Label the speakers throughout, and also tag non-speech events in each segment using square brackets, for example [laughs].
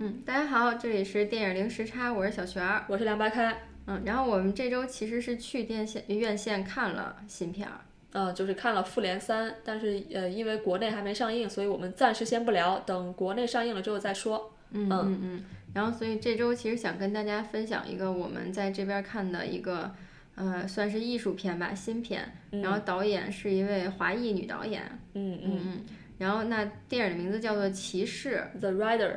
Speaker 1: 嗯，大家好，这里是电影零时差，我是小璇儿。
Speaker 2: 我是梁白开，
Speaker 1: 嗯，然后我们这周其实是去电线院线看了新片儿，
Speaker 2: 呃，就是看了《复联三》，但是呃，因为国内还没上映，所以我们暂时先不聊，等国内上映了之后再说。
Speaker 1: 嗯嗯嗯，然后所以这周其实想跟大家分享一个我们在这边看的一个，呃，算是艺术片吧，新片，然后导演是一位华裔女导演，
Speaker 2: 嗯
Speaker 1: 嗯
Speaker 2: 嗯
Speaker 1: 嗯，然后那电影的名字叫做《骑士》，
Speaker 2: ，The Rider，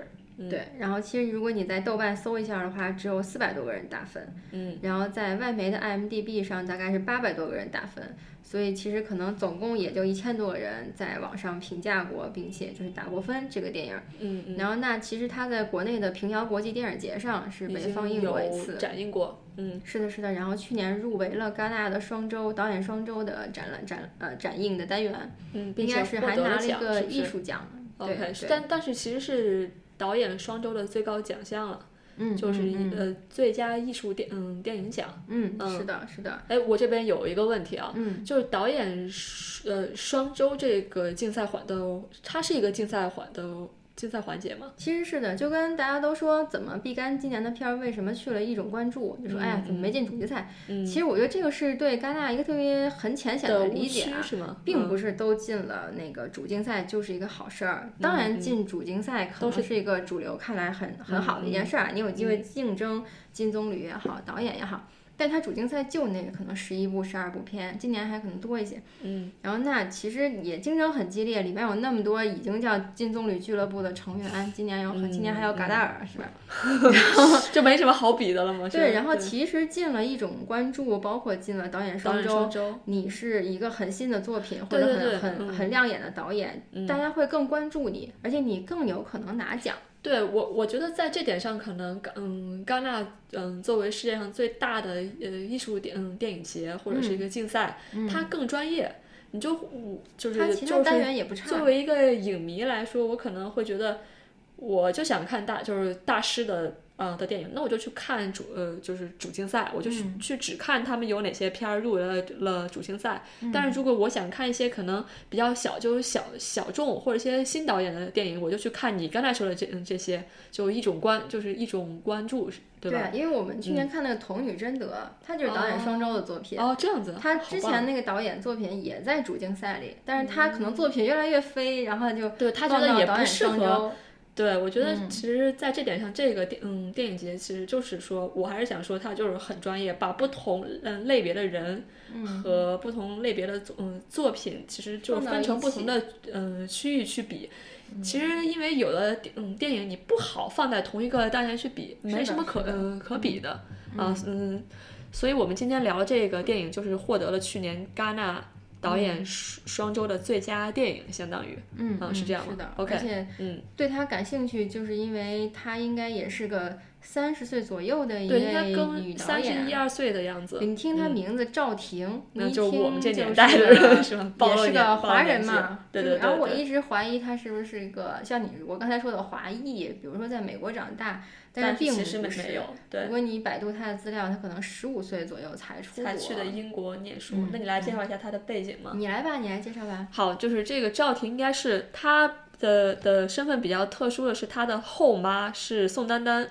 Speaker 1: 对，然后其实如果你在豆瓣搜一下的话，只有四百多个人打分，
Speaker 2: 嗯，
Speaker 1: 然后在外媒的 IMDB 上大概是八百多个人打分，所以其实可能总共也就一千多个人在网上评价过，并且就是打过分这个电影。
Speaker 2: 嗯嗯，
Speaker 1: 然后那其实它在国内的平遥国际电影节上是
Speaker 2: 已
Speaker 1: 被
Speaker 2: 经
Speaker 1: 放映过一
Speaker 2: 有
Speaker 1: 次，
Speaker 2: 展映过，嗯
Speaker 1: 是的，是的。然后去年入围了戛纳的双周导演双周的展览展呃展映的单元，
Speaker 2: 嗯，并
Speaker 1: 应
Speaker 2: 且
Speaker 1: 该是
Speaker 2: 获
Speaker 1: 还
Speaker 2: 得
Speaker 1: 拿了一
Speaker 2: 奖，
Speaker 1: 个
Speaker 2: 是不
Speaker 1: 艺
Speaker 2: 是
Speaker 1: 术奖。对
Speaker 2: ？OK，
Speaker 1: 对
Speaker 2: 但但是其实是导演双周的最高奖项了，
Speaker 1: 嗯，
Speaker 2: 就是一
Speaker 1: 嗯
Speaker 2: 呃最佳艺术电嗯电影奖。
Speaker 1: 嗯，嗯
Speaker 2: 嗯
Speaker 1: 是的，是的，
Speaker 2: 哎，我这边有一个问题啊，
Speaker 1: 嗯。
Speaker 2: 就是导演是呃双周这个竞赛环的，它是一个竞赛环的竞赛环节吗？
Speaker 1: 其实是的，就跟大家都说怎么毕赣今年的片儿为什么去了一种关注，就说
Speaker 2: 嗯
Speaker 1: 哎呀怎么没进主决赛？
Speaker 2: 嗯，
Speaker 1: 其实我觉得这个是对戛纳一个特别很浅显
Speaker 2: 的
Speaker 1: 理
Speaker 2: 误
Speaker 1: 解
Speaker 2: 区
Speaker 1: 啊，
Speaker 2: 是吗？
Speaker 1: 并
Speaker 2: 嗯
Speaker 1: 不是都进了那个主竞赛就是一个好事儿。当然进主竞赛可能
Speaker 2: 嗯都是嗯
Speaker 1: 是一个主流看来很很好的一件事儿啊，你有机会竞争金棕榈也好，导演也好。但他主竞赛就那可能十一部、十二部片，今年还可能多一些。
Speaker 2: 嗯 [laughs]
Speaker 1: 然后那其实也竞争很激烈，里面有那么多已经叫金棕榈俱乐部的成员，今年有很，
Speaker 2: 嗯
Speaker 1: 今年还有嘎达尔、是吧？，
Speaker 2: 就没什么好比的了嘛。是吧
Speaker 1: 对，然后其实进了一种关注，包括进了导演
Speaker 2: 导
Speaker 1: 双
Speaker 2: 演
Speaker 1: 周
Speaker 2: 双。周，
Speaker 1: 你是一个很新的作品，或
Speaker 2: 对
Speaker 1: 者很
Speaker 2: 对对
Speaker 1: 很、
Speaker 2: 嗯
Speaker 1: 很亮眼的导演，
Speaker 2: 嗯
Speaker 1: 大家会更关注你，而且你更有可能拿奖。
Speaker 2: 对我我觉得在这点上，可能嗯，戛纳嗯作为世界上最大的呃艺术电嗯电影节或者是一个竞赛，它更专业，你就我就是
Speaker 1: 他嗯其他
Speaker 2: 就
Speaker 1: 单
Speaker 2: 是
Speaker 1: 元也不差。
Speaker 2: 作为一个影迷来说，我可能会觉得，我就想看大就是大师的。嗯的电影，那我就去看主呃，就是主竞赛，我就
Speaker 1: 嗯
Speaker 2: 去、去只看他们有哪些片儿入围了了主竞赛。
Speaker 1: 嗯
Speaker 2: 但是如果我想看一些可能比较小，就是小小众或者一些新导演的电影，我就去看你刚才说的这嗯这些，就一种关，就是一种关注，是对吧？嗯
Speaker 1: 啊因为我们去年看那个《童女贞德》，她就是导演双周的作品。
Speaker 2: 哦，这样子，
Speaker 1: 他
Speaker 2: 好
Speaker 1: 之
Speaker 2: 棒嗯
Speaker 1: 前那个导演作品也在主竞赛里，但是他可能作品越来越飞，然后就
Speaker 2: 对他觉
Speaker 1: 放
Speaker 2: 得
Speaker 1: 到
Speaker 2: 也
Speaker 1: 导
Speaker 2: 不
Speaker 1: 演
Speaker 2: 适
Speaker 1: 双
Speaker 2: 合
Speaker 1: 周。
Speaker 2: 对，我觉得
Speaker 1: 嗯
Speaker 2: 其实在这点上，这个电嗯电影节其实就是说，我还是想说，它就是很专业，把不同嗯类别的人和不同类别的作嗯作品，其实就
Speaker 1: 嗯放到
Speaker 2: 分
Speaker 1: 一
Speaker 2: 成不
Speaker 1: 起嗯
Speaker 2: 同的嗯区域去比。其实因为有的嗯电影你不好放在同一个单元去比，
Speaker 1: 是的
Speaker 2: 没什么
Speaker 1: 是
Speaker 2: 可嗯可比的啊嗯，所以我们今天聊这个电影，就是获得了去年戛纳导演双双周的最佳电影，相当于
Speaker 1: 嗯
Speaker 2: 啊是这样吗
Speaker 1: 是的
Speaker 2: OK，
Speaker 1: 而且
Speaker 2: 嗯
Speaker 1: 对他感兴趣，就是因为他应该也是个三十岁左右的一
Speaker 2: 对，
Speaker 1: 位
Speaker 2: 应该
Speaker 1: 女
Speaker 2: 跟
Speaker 1: 导
Speaker 2: 三十一
Speaker 1: 演。啊
Speaker 2: 二岁的样子。嗯
Speaker 1: 你听她名字赵婷，你
Speaker 2: 那
Speaker 1: 一
Speaker 2: 就
Speaker 1: 听
Speaker 2: 我们这
Speaker 1: 就
Speaker 2: 年代的人是吧？
Speaker 1: [laughs]
Speaker 2: 暴
Speaker 1: 也
Speaker 2: 露
Speaker 1: 是
Speaker 2: 年
Speaker 1: 个
Speaker 2: 暴露
Speaker 1: 华
Speaker 2: 年
Speaker 1: 人
Speaker 2: 纪
Speaker 1: 嘛，
Speaker 2: 对
Speaker 1: 就是
Speaker 2: 对对。
Speaker 1: 然后我
Speaker 2: 对
Speaker 1: 一直怀疑他是不是一个像你我刚才说的华裔，比如说在美国长大，
Speaker 2: 但
Speaker 1: 是并
Speaker 2: 其实
Speaker 1: 不
Speaker 2: 没
Speaker 1: 是
Speaker 2: 没有，
Speaker 1: 如
Speaker 2: 对，
Speaker 1: 果你百度他的资料，他可能十五岁左右才出国。
Speaker 2: 才去的英国念书。
Speaker 1: 嗯
Speaker 2: 那你来介绍一下他的背景吗？
Speaker 1: 你来吧，你来介绍吧。
Speaker 2: 好，就是这个赵婷应该是她的的身份比较特殊的是，她的后妈是宋丹丹，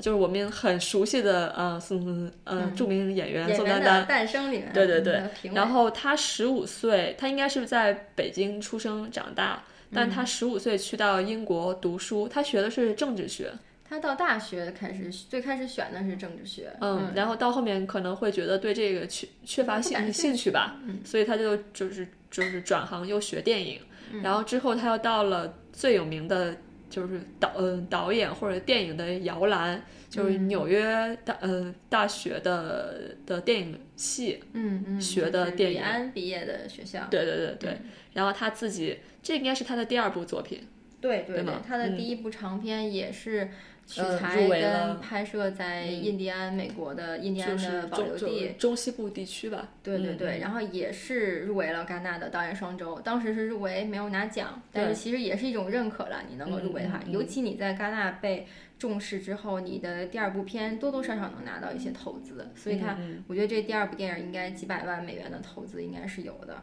Speaker 2: 就是我们很熟悉的呃宋呃著名演员
Speaker 1: 嗯演
Speaker 2: 宋
Speaker 1: 员
Speaker 2: 丹
Speaker 1: 的
Speaker 2: 丹。
Speaker 1: 诞生里面，
Speaker 2: 对对对
Speaker 1: 嗯，评委
Speaker 2: 然后她十五岁，她应该是在北京出生长大，但
Speaker 1: 嗯
Speaker 2: 她十五岁去到英国读书，她学的是政治学。
Speaker 1: 他到大学开始，最开始选的是政治学，
Speaker 2: 嗯，然后到后面可能会觉得对这个缺缺乏
Speaker 1: 不感嗯
Speaker 2: 兴兴趣吧，所以他就就是就是转行又学电影，
Speaker 1: 嗯
Speaker 2: 然后之后他又到了最有名的就是导嗯、导演或者电影的摇篮，就是纽约大嗯、大学的的电影系，
Speaker 1: 嗯嗯，
Speaker 2: 学
Speaker 1: 就
Speaker 2: 的
Speaker 1: 是
Speaker 2: 电
Speaker 1: 李
Speaker 2: 影
Speaker 1: 安毕业的学校，
Speaker 2: 对对对对，然后他自己这应该是他的第二部作品，
Speaker 1: 对对
Speaker 2: 对
Speaker 1: 对
Speaker 2: 吗，嗯
Speaker 1: 他的第一部长片也是取
Speaker 2: 呃
Speaker 1: 材
Speaker 2: 入围
Speaker 1: 跟
Speaker 2: 了嗯
Speaker 1: 拍摄在印第安美国的印第
Speaker 2: 就
Speaker 1: 安
Speaker 2: 是
Speaker 1: 的保留
Speaker 2: 中
Speaker 1: 地，
Speaker 2: 中中西部地区吧，
Speaker 1: 对对
Speaker 2: 嗯
Speaker 1: 对，然后也是入围了戛纳的导演双周，当时是入围没有拿奖，但是
Speaker 2: 对
Speaker 1: 其实也是一种认可了，你能够入围的话，
Speaker 2: 嗯嗯嗯
Speaker 1: 尤其你在戛纳被重视之后，你的第二部片多多少少能拿到一些投资，所以它，
Speaker 2: 嗯
Speaker 1: 我觉得这第二部电影应该几百万美元的投资应该是有的。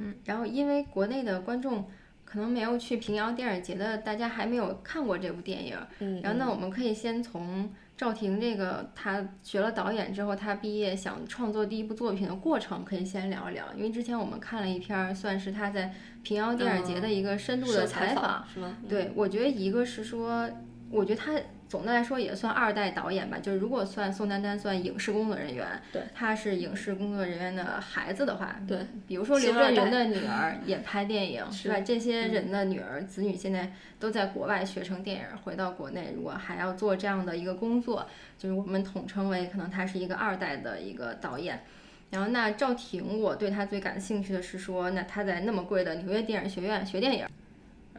Speaker 1: 嗯，然后因为国内的观众可能没有去平遥电影节的大家还没有看过这部电影。
Speaker 2: 嗯，
Speaker 1: 然后那我们可以先从赵婷这个她学了导演之后，她毕业想创作第一部作品的过程，可以先聊一聊。因为之前我们看了一篇儿，算是她在平遥电影节的一个深度的
Speaker 2: 受采
Speaker 1: 访。
Speaker 2: 是吗？嗯，
Speaker 1: 对，我觉得一个是说，我觉得她总的来说也算二代导演吧，就是如果算宋丹丹算影视工作人员，
Speaker 2: 对，
Speaker 1: 她是影视工作人员的孩子的话，
Speaker 2: 对，
Speaker 1: 比如说刘
Speaker 2: 星二
Speaker 1: 震云
Speaker 2: 代
Speaker 1: 的女儿也拍电影，
Speaker 2: 是
Speaker 1: 是吧？这些
Speaker 2: 嗯
Speaker 1: 人的女儿、子女现在都在国外学成电影，回到国内，如果还要做这样的一个工作，就是我们统称为可能他是一个二代的一个导演。然后那赵婷，我对她最感兴趣的是说，那她在那么贵的纽约电影学院学电影。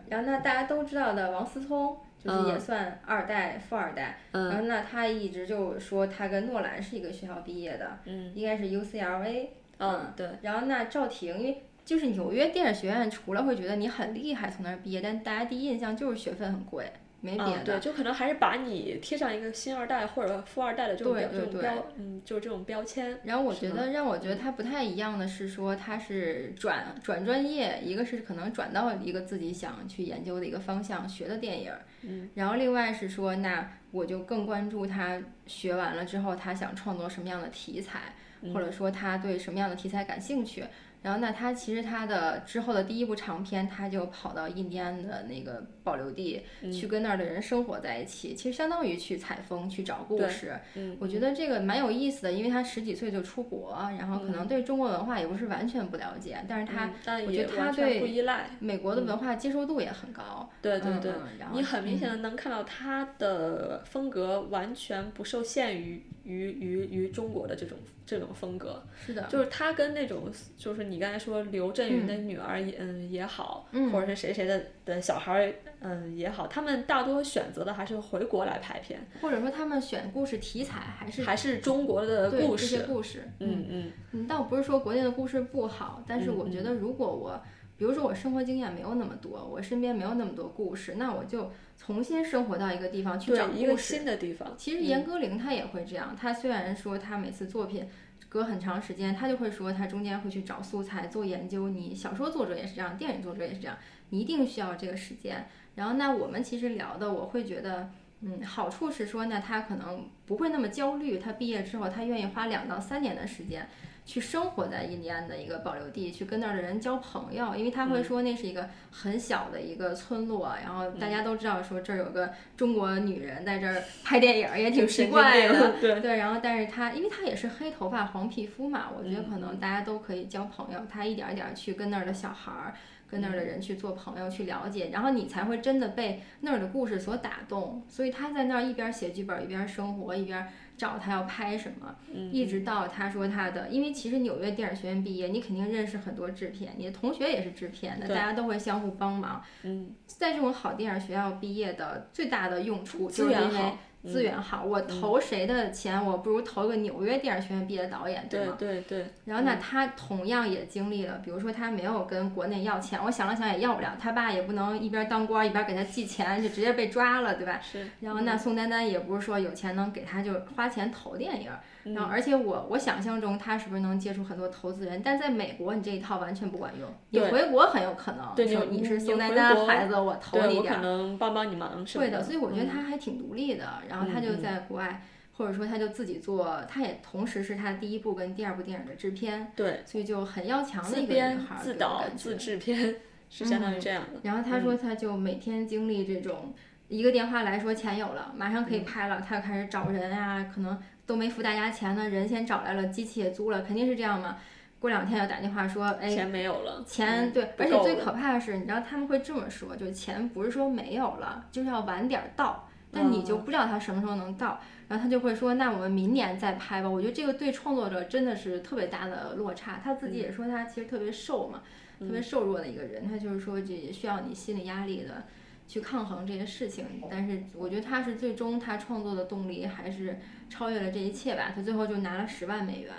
Speaker 1: 然后那大家都知道的王思聪，就是也
Speaker 2: 嗯
Speaker 1: 算二代、富二代。然后
Speaker 2: 嗯
Speaker 1: 那他一直就说他跟诺兰是一个学校毕业的，
Speaker 2: 嗯
Speaker 1: 应该是 UCLA。
Speaker 2: 嗯，对，
Speaker 1: 然后那赵婷，因为就是纽约电影学院，除了会觉得你很厉害从那儿毕业，但大家第一印象就是学费很贵，没别
Speaker 2: 嗯，
Speaker 1: 的。
Speaker 2: 对，就可能还是把你贴上一个新二代或者富二代的这种
Speaker 1: 对
Speaker 2: 标，
Speaker 1: 对
Speaker 2: 这种
Speaker 1: 对
Speaker 2: 标，嗯，就是这种标签。
Speaker 1: 然后我
Speaker 2: 是嗯
Speaker 1: 觉得让我觉得他不太一样的是说他是转转专业，一个是可能转到一个自己想去研究的一个方向学的电影，
Speaker 2: 嗯，
Speaker 1: 然后另外是说那我就更关注他学完了之后他想创作什么样的题材，
Speaker 2: 嗯
Speaker 1: 或者说他对什么样的题材感兴趣。然后那他其实他的之后的第一部长片，他就跑到印第安的那个保留地、
Speaker 2: 嗯
Speaker 1: 去跟那儿的人生活在一起，其实相当于去采风去找故
Speaker 2: 对
Speaker 1: 事。
Speaker 2: 嗯，
Speaker 1: 我觉得这个蛮有意思的，因为他十几岁就出国，然后可能对中国文化也不是完全不了解，但是他
Speaker 2: 嗯但
Speaker 1: 我
Speaker 2: 也
Speaker 1: 觉得他
Speaker 2: 完全
Speaker 1: 对
Speaker 2: 不依赖。
Speaker 1: 美国的文化接受度也很高。
Speaker 2: 嗯对对
Speaker 1: 嗯
Speaker 2: 对，
Speaker 1: 嗯然后
Speaker 2: 你很明显的能看到他的风格完全不受限于于于于中国的这种这种风格，
Speaker 1: 是的，
Speaker 2: 就是他跟那种就是你刚才说刘震云的女儿也嗯也好，
Speaker 1: 嗯
Speaker 2: 或者是谁谁的的小孩儿嗯也好，他们大多选择的还是回国来拍片，
Speaker 1: 或者说他们选故事题材还是
Speaker 2: 还是中国的
Speaker 1: 对
Speaker 2: 故
Speaker 1: 这些
Speaker 2: 事，
Speaker 1: 故事。
Speaker 2: 嗯嗯
Speaker 1: 嗯，倒不是说国内的故事不好，但是
Speaker 2: 嗯
Speaker 1: 我觉得如果我，比如说我生活经验没有那么多，我身边没有那么多故事，那我就重新生活到一个地方去找
Speaker 2: 对一个
Speaker 1: 故事。
Speaker 2: 新的地方，
Speaker 1: 其实严歌苓她也会这样，她虽然说她每次作品隔很长时间，她就会说她中间会去找素材做研究。你小说作者也是这样，电影作者也是这样，你一定需要这个时间。然后那我们其实聊的，我会觉得。嗯，好处是说，那她可能不会那么焦虑。她毕业之后，她愿意花两到三年的时间去生活在印第安的一个保留地，去跟那儿的人交朋友，因为她
Speaker 2: 嗯
Speaker 1: 会说那是一个很小的一个村落，然后
Speaker 2: 嗯
Speaker 1: 大家都知道说这儿有个中国女人在这儿拍电影，也挺奇怪的。， [laughs]
Speaker 2: 对，
Speaker 1: 对，然后但是她，因为她也是黑头发黄皮肤嘛，我觉得
Speaker 2: 嗯
Speaker 1: 可能大家都可以交朋友，她一点儿一点儿去跟那儿的小孩儿。跟那儿的人去做朋友，去了解，然后你才会真的被那儿的故事所打动。所以她在那儿一边写剧本，一边生活，一边找她要拍什么。
Speaker 2: 嗯
Speaker 1: 一直到他说他的，因为其实纽约电影学院毕业，你肯定认识很多制片，你的同学也是制片的，大
Speaker 2: 对
Speaker 1: 家都会相互帮忙。
Speaker 2: 嗯
Speaker 1: 在这种好电影学校毕业的最大的用处，
Speaker 2: 资
Speaker 1: 就是
Speaker 2: 源
Speaker 1: 因为
Speaker 2: 好嗯
Speaker 1: 资源好。我投谁的钱，我不如投一个纽约电影学院毕业的导演，
Speaker 2: 对嗯
Speaker 1: 吗？
Speaker 2: 对对，
Speaker 1: 然后那他同样也经历了，比如说他没有跟国内要钱，我想了想也要不了，他爸也不能一边当官一边给他寄钱，就直接被抓了，对吧？
Speaker 2: 是，
Speaker 1: 然后那宋丹丹也不是说有钱能给他就花钱投电影。
Speaker 2: 嗯
Speaker 1: 然后，而且我我想象中他是不是能接触很多投资人？但在美国，你这一套完全不管用。你
Speaker 2: 对
Speaker 1: 回国很有可能，
Speaker 2: 对你
Speaker 1: 说
Speaker 2: 你
Speaker 1: 你是
Speaker 2: 你
Speaker 1: 宋丹
Speaker 2: 回
Speaker 1: 丹
Speaker 2: 国
Speaker 1: 孩子，我投
Speaker 2: 对
Speaker 1: 你
Speaker 2: 我
Speaker 1: 点
Speaker 2: 可
Speaker 1: 儿，
Speaker 2: 能帮帮你忙什么
Speaker 1: 会
Speaker 2: 的，
Speaker 1: 的。所以我觉得
Speaker 2: 嗯
Speaker 1: 他还挺独立的。然后他就
Speaker 2: 嗯嗯
Speaker 1: 在国外，或者说他就自己做，他也同时是他第一部跟第二部电影的制片，
Speaker 2: 对
Speaker 1: 所以就很要强的
Speaker 2: 自
Speaker 1: 一个女
Speaker 2: 编
Speaker 1: 孩儿，
Speaker 2: 自
Speaker 1: 给我
Speaker 2: 导
Speaker 1: 感
Speaker 2: 自
Speaker 1: 觉
Speaker 2: 制片是相当于这样的，
Speaker 1: 然后他说，他就每天经历这种，一个电话来说钱有了，马上可以拍了，他就开始找人啊，可能都没付大家钱呢，人先找来了，机器也租了，肯定是这样嘛。过两天又打电话说，哎，
Speaker 2: 钱没有了，
Speaker 1: 钱
Speaker 2: 嗯
Speaker 1: 对，
Speaker 2: 不
Speaker 1: 而且
Speaker 2: 够
Speaker 1: 最
Speaker 2: 了
Speaker 1: 可怕的是，你知道他们会这么说，就是钱不是说没有了，就是要晚点儿到。但你就
Speaker 2: 嗯
Speaker 1: 不知道他什么时候能到，然后他就会说：“那我们明年再拍吧。”我觉得这个对创作者真的是特别大的落差。他自己
Speaker 2: 嗯
Speaker 1: 也说他其实特别瘦嘛，特别瘦弱的一个人，他就是说这也需要你心理压力的去抗衡这些事情。
Speaker 2: 哦
Speaker 1: 但是我觉得他是最终他创作的动力还是超越了这一切吧。他最后就拿了十万美元。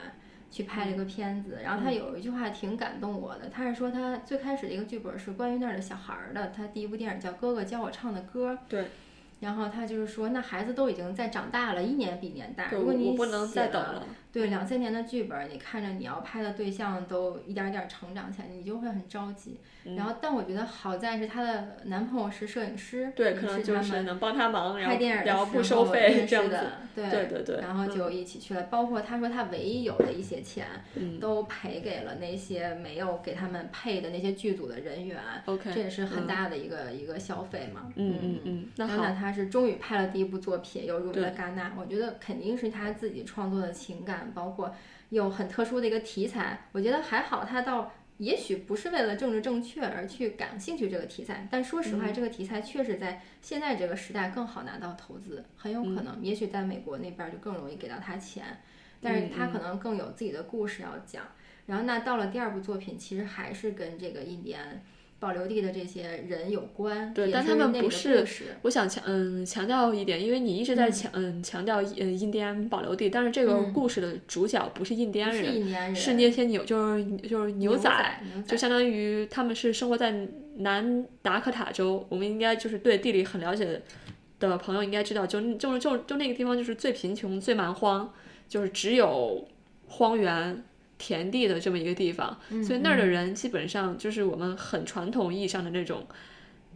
Speaker 1: 去拍
Speaker 2: 嗯
Speaker 1: 了一个片子，然后他有一句话挺感动我的，他是说他最开始的一个剧本是关于那儿的小孩儿的，他第一部电影叫《哥哥教我唱的歌》，
Speaker 2: 对，
Speaker 1: 然后他就是说，那孩子都已经在长大了，一年比一年大。
Speaker 2: 对
Speaker 1: 如果你
Speaker 2: 我不能
Speaker 1: 写
Speaker 2: 再等
Speaker 1: 了，
Speaker 2: 了。嗯
Speaker 1: 对两三年的剧本，你看着你要拍的对象都一点儿一点儿成长起来，你就会很着急。然
Speaker 2: 嗯
Speaker 1: 后，但我觉得好在是她的男朋友是摄影师，
Speaker 2: 对，
Speaker 1: 也
Speaker 2: 可能
Speaker 1: 是
Speaker 2: 就
Speaker 1: 他
Speaker 2: 是
Speaker 1: 们
Speaker 2: 能帮他忙，然
Speaker 1: 拍电
Speaker 2: 后
Speaker 1: 影
Speaker 2: 然后
Speaker 1: 的
Speaker 2: 不
Speaker 1: 时
Speaker 2: 收
Speaker 1: 候
Speaker 2: 费
Speaker 1: 认
Speaker 2: 这
Speaker 1: 识
Speaker 2: 样子。
Speaker 1: 的，对
Speaker 2: 对对对，
Speaker 1: 然后就一起去了。包括他说他唯一有的一些钱，
Speaker 2: 嗯
Speaker 1: 都赔给了那些没有给他们配的那些剧组的人员，
Speaker 2: ，OK，
Speaker 1: 这也是很
Speaker 2: 嗯
Speaker 1: 大的一个、一个消费嘛。
Speaker 2: 嗯嗯嗯，那
Speaker 1: 当
Speaker 2: 好，
Speaker 1: 然，他是终于拍了第一部作品，又入围了
Speaker 2: 对
Speaker 1: 戛纳。我觉得肯定是他自己创作的情感，包括有很特殊的一个题材。我觉得还好，他倒也许不是为了政治正确而去感兴趣这个题材，但说实
Speaker 2: 嗯
Speaker 1: 话，这个题材确实在现在这个时代更好拿到投资，很有
Speaker 2: 嗯
Speaker 1: 可能，也许在美国那边就更容易给到他钱，但是
Speaker 2: 嗯
Speaker 1: 他可能更有自己的故事要讲。然后，那到了第二部作品，其实还是跟这个印第安保留地的这些人有关，
Speaker 2: 对
Speaker 1: 也
Speaker 2: 但
Speaker 1: 是
Speaker 2: 他们
Speaker 1: 那里的
Speaker 2: 不是
Speaker 1: 故事
Speaker 2: 我想强嗯强调一点，因为你一直在
Speaker 1: 嗯
Speaker 2: 强嗯强调嗯印第安保留地，但是这个
Speaker 1: 嗯
Speaker 2: 故事的主角不是印第安
Speaker 1: 不是
Speaker 2: 人，
Speaker 1: 印第安人，
Speaker 2: 是那些牛，就是就是牛
Speaker 1: 牛
Speaker 2: 仔，
Speaker 1: 牛
Speaker 2: 就
Speaker 1: 仔，
Speaker 2: 相当于他们是生活在南达科塔州。我们应该就是对地理很了解的朋友应该知道，就就就就那个地方就是最贫穷、最蛮荒，就是只有荒原。田地的这么一个地方，
Speaker 1: 嗯
Speaker 2: 所以那儿的人基本上就是我们很传统意义上的那种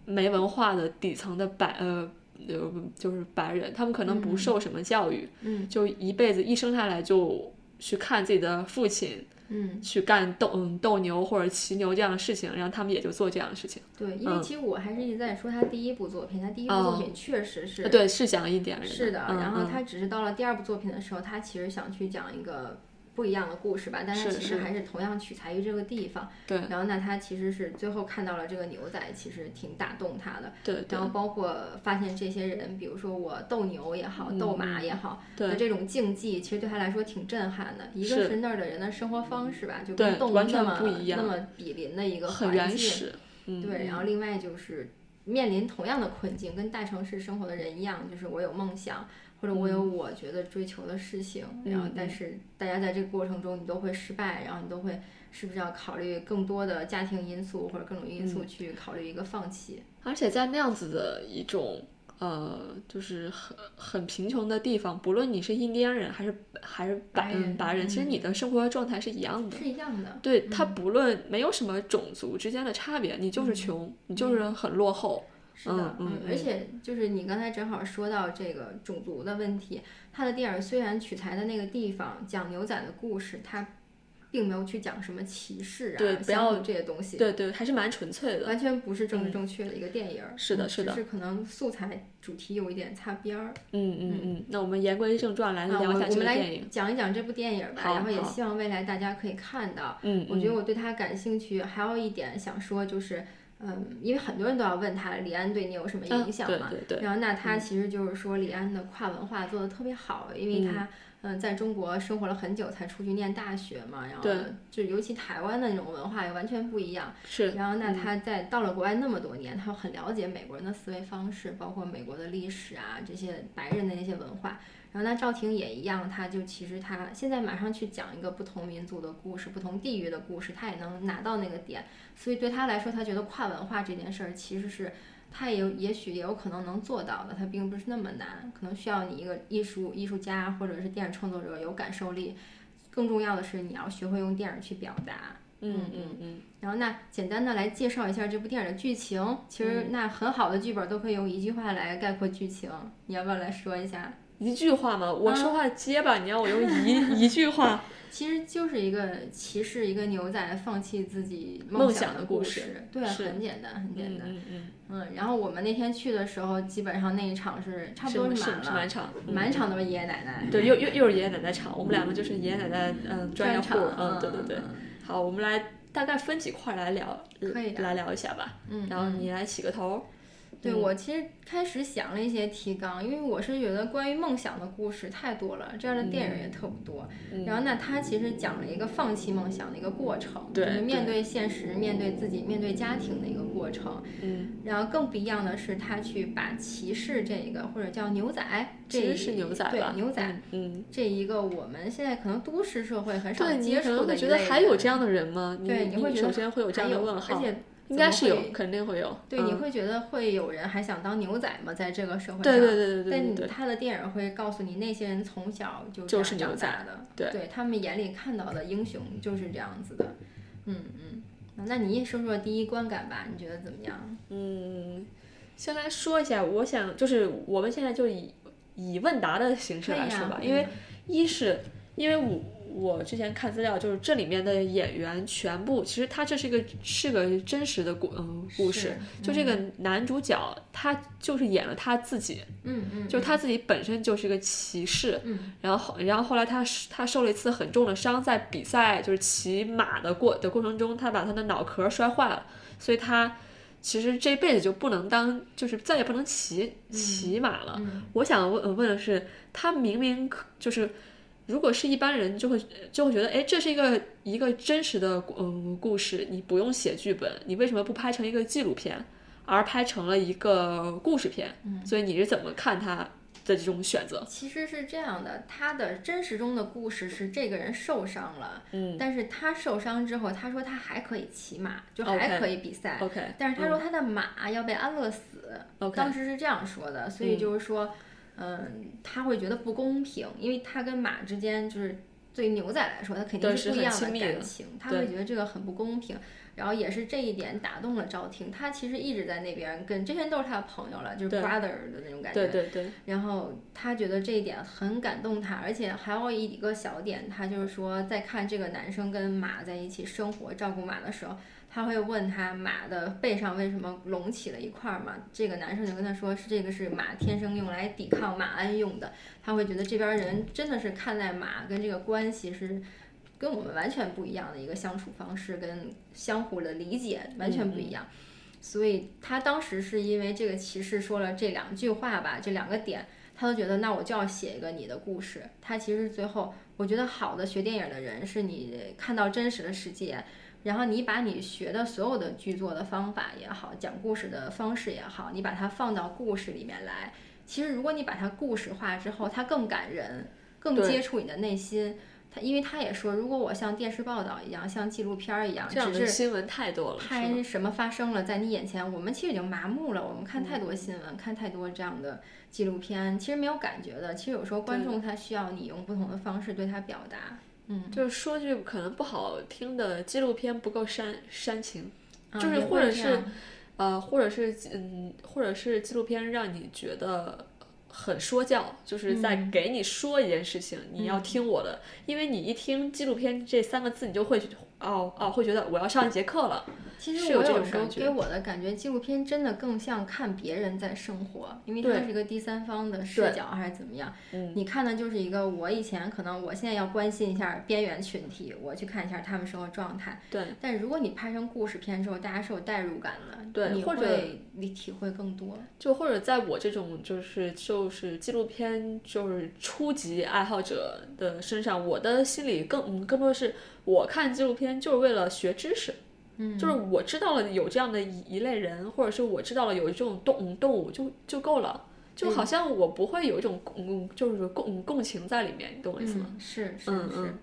Speaker 2: 没文化的底层的白呃呃就是白人，他们可能不
Speaker 1: 嗯
Speaker 2: 受什么教育，
Speaker 1: 嗯
Speaker 2: 就一辈子一生下来就去看自己的父亲
Speaker 1: 嗯，
Speaker 2: 去干斗嗯斗牛或者骑牛这样的事情，然后他们也就做这样的事情。
Speaker 1: 对，因为
Speaker 2: 嗯
Speaker 1: 其实我还是一直在说他第一部作品，他第一部作品确实是、
Speaker 2: 啊对，是讲印第安人
Speaker 1: 是的，
Speaker 2: 嗯
Speaker 1: 然后
Speaker 2: 嗯
Speaker 1: 他只是到了第二部作品的时候，他其实想去讲一个不一样的故事吧，但他
Speaker 2: 是
Speaker 1: 其实
Speaker 2: 是
Speaker 1: 还是同样取材于这个地方。
Speaker 2: 对
Speaker 1: 然后那他其实是最后看到了这个牛仔，其实挺打动他的。
Speaker 2: 对对
Speaker 1: 然后包括发现这些人，比如说我斗牛也好，斗马也好的
Speaker 2: 嗯对
Speaker 1: 这种竞技，其实对他来说挺震撼的。一
Speaker 2: 是嗯
Speaker 1: 个是那儿的人的生活方式吧，就
Speaker 2: 对
Speaker 1: 跟动物
Speaker 2: 完全
Speaker 1: 那么
Speaker 2: 不一样
Speaker 1: 那么比邻的一个
Speaker 2: 很
Speaker 1: 环
Speaker 2: 原
Speaker 1: 境
Speaker 2: 始，嗯
Speaker 1: 对，然后另外就是面临同样的困境，跟大城市生活的人一样，就是我有梦想，或者我有我觉得追求的事情，然后
Speaker 2: 嗯
Speaker 1: 但
Speaker 2: 嗯
Speaker 1: 是大家在这个过程中你都会失败，然后你都会是不是要考虑更多的家庭因素或者各种因
Speaker 2: 嗯
Speaker 1: 素去考虑一个放弃？
Speaker 2: 而且在那样子的一种呃，就是很很贫穷的地方，不论你是印第安人还是还是白
Speaker 1: 白人
Speaker 2: 嗯白人，其实
Speaker 1: 嗯
Speaker 2: 你的生活状态是一样的。
Speaker 1: 是一样的。
Speaker 2: 对他不论没有什么种族之间的差别，你
Speaker 1: 嗯
Speaker 2: 就是穷，你就是很落后。
Speaker 1: 是的，
Speaker 2: 嗯嗯
Speaker 1: 而且就是你刚才正好说到这个种族的问题，他的电影虽然取材的那个地方讲牛仔的故事，他并没有去讲什么歧视啊、
Speaker 2: 对不
Speaker 1: 相
Speaker 2: 要
Speaker 1: 互这些东西，
Speaker 2: 对对，还是蛮纯粹的。
Speaker 1: 完全不是政治正确的一个电影儿、
Speaker 2: 是的
Speaker 1: 嗯
Speaker 2: 是的
Speaker 1: 只是可能素材主题有一点擦边儿。
Speaker 2: 嗯嗯嗯。那我们言归正传，来
Speaker 1: 啊，我
Speaker 2: 聊一下
Speaker 1: 我
Speaker 2: 这
Speaker 1: 们
Speaker 2: 个
Speaker 1: 来
Speaker 2: 电影。
Speaker 1: 讲一讲这部电影儿吧，
Speaker 2: 好
Speaker 1: 然后也
Speaker 2: 好
Speaker 1: 希望未来大家可以看到。
Speaker 2: 嗯，
Speaker 1: 我觉得我对他感兴趣，还有一点想说就是，嗯，因为很多人都要问他李安对你有什么
Speaker 2: 嗯
Speaker 1: 影响
Speaker 2: 对
Speaker 1: 嘛，
Speaker 2: 对对，嗯
Speaker 1: 然后那他其实就是说李安的跨文化做的特别好，因为他嗯在中国生活了很久才出去念大学嘛，然后
Speaker 2: 对
Speaker 1: 就尤其台湾的那种文化又完全不一样。
Speaker 2: 是嗯
Speaker 1: 然后那他在到了国外那么多年，他很了解美国人的思维方式，包括美国的历史啊，这些白人的那些文化。然后那赵婷也一样，他就其实他现在马上去讲一个不同民族的故事、不同地域的故事，他也能拿到那个点。所以对他来说，他觉得跨文化这件事儿其实是他也有也许也有可能能做到的，他并不是那么难，可能需要你一个艺术艺术家或者是电影创作者有感受力。更重要的是，你要学会用电影去表达。
Speaker 2: 嗯
Speaker 1: 嗯
Speaker 2: 嗯嗯，
Speaker 1: 然后那简单的来介绍一下这部电影的剧情。其实那很好的剧本都可以用一句话来概括剧情，你要不要来说一下？
Speaker 2: 一句话嘛，
Speaker 1: 啊
Speaker 2: 我说话结巴，你让我用
Speaker 1: [laughs]
Speaker 2: 一一句话，
Speaker 1: 其实就是一个骑士，一个牛仔放弃自己
Speaker 2: 梦
Speaker 1: 想
Speaker 2: 想的
Speaker 1: 故
Speaker 2: 故
Speaker 1: 事，对，
Speaker 2: 是
Speaker 1: 很简单，很简
Speaker 2: 嗯
Speaker 1: 单。
Speaker 2: 嗯嗯，
Speaker 1: 嗯，然后我们那天去的时候，基本上那一场是差不多
Speaker 2: 是
Speaker 1: 满
Speaker 2: 是
Speaker 1: 了
Speaker 2: 满，场，嗯
Speaker 1: 满场都是爷爷奶奶，
Speaker 2: 对，又又又是爷爷奶奶场，我们两个就是爷爷奶奶嗯专业户
Speaker 1: 场，，
Speaker 2: 嗯对对对，好，我们来大概分几块来聊，
Speaker 1: 可以的
Speaker 2: 来聊一下吧，
Speaker 1: 嗯，
Speaker 2: 然后你来起个头，
Speaker 1: 对
Speaker 2: 嗯
Speaker 1: 我其实开始想了一些提纲，因为我是觉得关于梦想的故事太多了，这样的电影也特不多。
Speaker 2: 嗯
Speaker 1: 然后那他其实讲了一个放弃梦想的一个过程，
Speaker 2: 对
Speaker 1: 就是面
Speaker 2: 对
Speaker 1: 对现实、面对自己、面对家庭的一个过程。
Speaker 2: 嗯，
Speaker 1: 然后更不一样的是，他去把骑士这个或者叫牛仔，这
Speaker 2: 其实
Speaker 1: 一
Speaker 2: 是牛仔
Speaker 1: 对
Speaker 2: 吧，
Speaker 1: 牛仔。
Speaker 2: 嗯嗯，
Speaker 1: 这一个我们现在可能都市社会很少
Speaker 2: 对你
Speaker 1: 接
Speaker 2: 可能
Speaker 1: 触的
Speaker 2: 会
Speaker 1: 一
Speaker 2: 觉得
Speaker 1: 类
Speaker 2: 还有
Speaker 1: 人
Speaker 2: 这样的人吗？
Speaker 1: 对
Speaker 2: 你
Speaker 1: 你会觉得
Speaker 2: 首先会有这样
Speaker 1: 还
Speaker 2: 的
Speaker 1: 有
Speaker 2: 问号
Speaker 1: 而，且
Speaker 2: 应该是
Speaker 1: 怎么
Speaker 2: 有，
Speaker 1: 会
Speaker 2: 肯定会有。
Speaker 1: 对，
Speaker 2: 嗯
Speaker 1: 你会觉得会有人还想当牛仔吗？在这个社会上，
Speaker 2: 对对对对对对
Speaker 1: 但
Speaker 2: 对
Speaker 1: 你他的电影会告诉你，那些人从小就
Speaker 2: 就
Speaker 1: 这
Speaker 2: 是
Speaker 1: 样
Speaker 2: 牛
Speaker 1: 长
Speaker 2: 仔
Speaker 1: 大的，
Speaker 2: 对
Speaker 1: 他们眼里看到的英雄就是这样子的。嗯嗯，那你也说说第一观感吧，你觉得怎么样？
Speaker 2: 嗯，先来说一下，我想就是我们现在就以以问答的形式
Speaker 1: 对
Speaker 2: 来
Speaker 1: 呀
Speaker 2: 说吧，
Speaker 1: 嗯
Speaker 2: 因为一是因为我我之前看资料，就是这里面的演员全部，其实他这是一个是个真实的故嗯故事，就这个男主角他就是演了他自己，
Speaker 1: 嗯嗯，
Speaker 2: 就是他自己本身就是一个骑士，
Speaker 1: 嗯
Speaker 2: 然后然后后来他是他受了一次很重的伤，在比赛就是骑马的过的过程中，他把他的脑壳摔坏了，所以他其实这辈子就不能当，就是再也不能骑骑马了。
Speaker 1: 嗯
Speaker 2: 我想问问的是，他明明可就是。如果是一般人，就会就会觉得，哎，这是一个一个真实的嗯故事，你不用写剧本，你为什么不拍成一个纪录片，而拍成了一个故事片？
Speaker 1: 嗯
Speaker 2: 所以你是怎么看他的这种选择？
Speaker 1: 其实是这样的，他的真实中的故事是这个人受伤了，
Speaker 2: 嗯
Speaker 1: 但是他受伤之后，他说他还可以骑马，就
Speaker 2: OK 嗯
Speaker 1: 还可以比赛。
Speaker 2: ，OK，
Speaker 1: 但是他说他的马要被安乐死，
Speaker 2: OK
Speaker 1: 当时是这样说的，所以就是说，嗯、他会觉得不公平，因为他跟马之间就是对于牛仔来说，他肯
Speaker 2: 对
Speaker 1: 定
Speaker 2: 是
Speaker 1: 不一
Speaker 2: 很
Speaker 1: 样
Speaker 2: 亲密的
Speaker 1: 感情，他会觉得这个很不公平。然后也是这一点打动了赵婷，他其实一直在那边跟这些人都是他的朋友了，就是
Speaker 2: 对
Speaker 1: brother 的那种感觉。
Speaker 2: 对对对，
Speaker 1: 然后他觉得这一点很感动他，而且还有一个小点，他就是说在看这个男生跟马在一起生活、照顾马的时候，他会问他马的背上为什么隆起了一块儿嘛？这个男生就跟他说是这个是马天生用来抵抗马鞍用的，他会觉得这边人真的是看待马跟这个关系是。跟我们完全不一样的一个相处方式，跟相互的理解完全不一样。所以他当时是因为这个骑士说了这两句话吧，这两个点，他都觉得那我就要写一个你的故事。他其实最后，我觉得好的学电影的人是你看到真实的世界，然后你把你学的所有的剧作的方法也好，讲故事的方式也好，你把它放到故事里面来。其实如果你把它故事化之后，它更感人，更
Speaker 2: 对
Speaker 1: 接触你的内心。他因为他也说，如果我像电视报道一样，像纪录片儿一样，
Speaker 2: 这样的
Speaker 1: 只是
Speaker 2: 新闻太多了，是吗
Speaker 1: 拍嗯什么发生了在你眼前，我们其实已经麻木了。我们看太
Speaker 2: 嗯
Speaker 1: 多新闻，看太多这样的纪录片，其实没有感觉的。其实有时候观
Speaker 2: 对
Speaker 1: 众他需要你用不同的方式对他表达。嗯，
Speaker 2: 就是说句可能不好听的，纪录片不够煽煽情，
Speaker 1: 啊
Speaker 2: 就是
Speaker 1: 也
Speaker 2: 或
Speaker 1: 会
Speaker 2: 者
Speaker 1: 这
Speaker 2: 是
Speaker 1: 样
Speaker 2: 呃，或者是嗯，或者是纪录片让你觉得很说教，就是在
Speaker 1: 嗯
Speaker 2: 给你说一件事情，你要听我的，因为你一听纪录片这三个字，你就会哦哦，会觉得我要上一节课了，
Speaker 1: 其
Speaker 2: 是
Speaker 1: 实
Speaker 2: 有
Speaker 1: 我
Speaker 2: 这
Speaker 1: 有
Speaker 2: 种
Speaker 1: 时候
Speaker 2: 感觉
Speaker 1: 给我的感觉，纪录片真的更像看别人在生活，因为它
Speaker 2: 对
Speaker 1: 是一个第三方的
Speaker 2: 对
Speaker 1: 视角还是怎么样。
Speaker 2: 嗯，
Speaker 1: 你看的就是一个我以前可能我现在要关心一下边缘群体，我去看一下他们生活状态。
Speaker 2: 对。
Speaker 1: 但如果你拍成故事片之后，大家是有代入感的，
Speaker 2: 对
Speaker 1: 你
Speaker 2: 或者
Speaker 1: 会你体会更多。
Speaker 2: 就或者在我这种就是就是纪录片就是初级爱好者的身上，我的心里更嗯更多的是，我看纪录片就是为了学知识，
Speaker 1: 嗯，
Speaker 2: 就是我知道了有这样的一一类人，或者是我知道了有这种动嗯动物就就够了，就
Speaker 1: 嗯
Speaker 2: 好像我不会有一种共嗯就是共共情在里面，你懂我意思吗？
Speaker 1: 嗯，是是
Speaker 2: 嗯
Speaker 1: 是
Speaker 2: 嗯。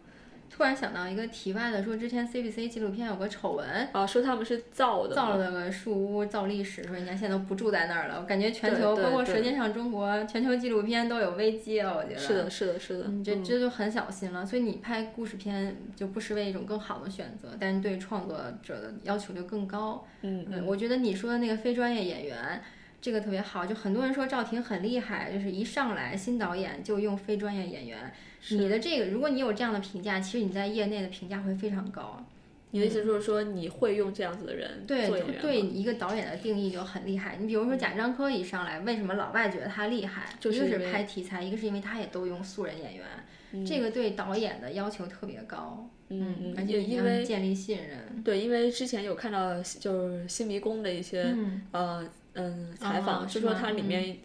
Speaker 1: 突然想到一个题外的，说之前 CBC 纪录片有个丑闻，
Speaker 2: 啊，说他们是造
Speaker 1: 嗯
Speaker 2: 的，
Speaker 1: 造了个树屋，造历史，说人家现在都不住在那儿了。我感觉全
Speaker 2: 对
Speaker 1: 球
Speaker 2: 对
Speaker 1: 包括《
Speaker 2: 对
Speaker 1: 舌尖上中国》，全球纪录片都有危机了。我觉得
Speaker 2: 是的，是的，是的，
Speaker 1: 嗯，这
Speaker 2: 嗯
Speaker 1: 这就很小心了。所以你拍故事片就不失为一种更好的选择，但是对创作者的要求就更高。
Speaker 2: 嗯嗯
Speaker 1: 嗯，我觉得你说的那个非专业演员，这个特别好。就很多人说赵婷很厉害，就是一上来新导演就用非专业演员。
Speaker 2: 是
Speaker 1: 你的这个，如果你有这样的评价，其实你在业内的评价会非常高。
Speaker 2: 你的意思就是说你会用这样子的人
Speaker 1: 对，
Speaker 2: 做
Speaker 1: 就
Speaker 2: 演员吗嗯
Speaker 1: 对一个导演的定义就很厉害。你比如说贾樟柯一上来，为什么老外觉得他厉害？
Speaker 2: 就是
Speaker 1: 一个
Speaker 2: 因
Speaker 1: 是
Speaker 2: 为
Speaker 1: 拍题材，一个是因为他也都用素人演员，
Speaker 2: 嗯
Speaker 1: 这个对导演的要求特别高。
Speaker 2: 嗯嗯，
Speaker 1: 而且
Speaker 2: 也
Speaker 1: 你
Speaker 2: 因
Speaker 1: 要
Speaker 2: 为
Speaker 1: 建立信任。
Speaker 2: 对，因为之前有看到就是新迷宫的一些、
Speaker 1: 嗯，
Speaker 2: 呃嗯采访，
Speaker 1: 哦
Speaker 2: 就是说
Speaker 1: 吗
Speaker 2: 它里面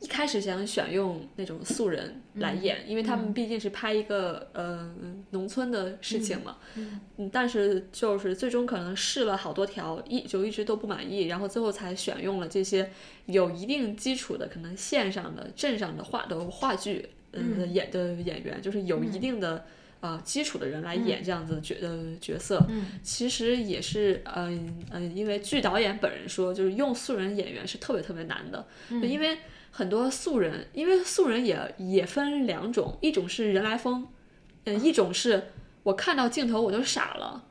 Speaker 2: 一开始想选用那种素人来
Speaker 1: 嗯
Speaker 2: 演，因为他们毕竟是拍一个呃农村的事情嘛，
Speaker 1: 嗯
Speaker 2: 嗯，但是就是最终可能试了好多条，一就一直都不满意，然后最后才选用了这些有一定基础的，可能
Speaker 1: 嗯
Speaker 2: 县上的、镇上的话的话剧，嗯，演的演员就是有一定的。啊、基础的人来演这样子的角、呃角色，
Speaker 1: 嗯
Speaker 2: 其实也是嗯嗯、因为据导演本人说，就是用素人演员是特别特别难的，
Speaker 1: 嗯
Speaker 2: 就因为很多素人，因为素人也也分两种，一种是人来疯，
Speaker 1: 啊
Speaker 2: 嗯，一种是我看到镜头我就傻了，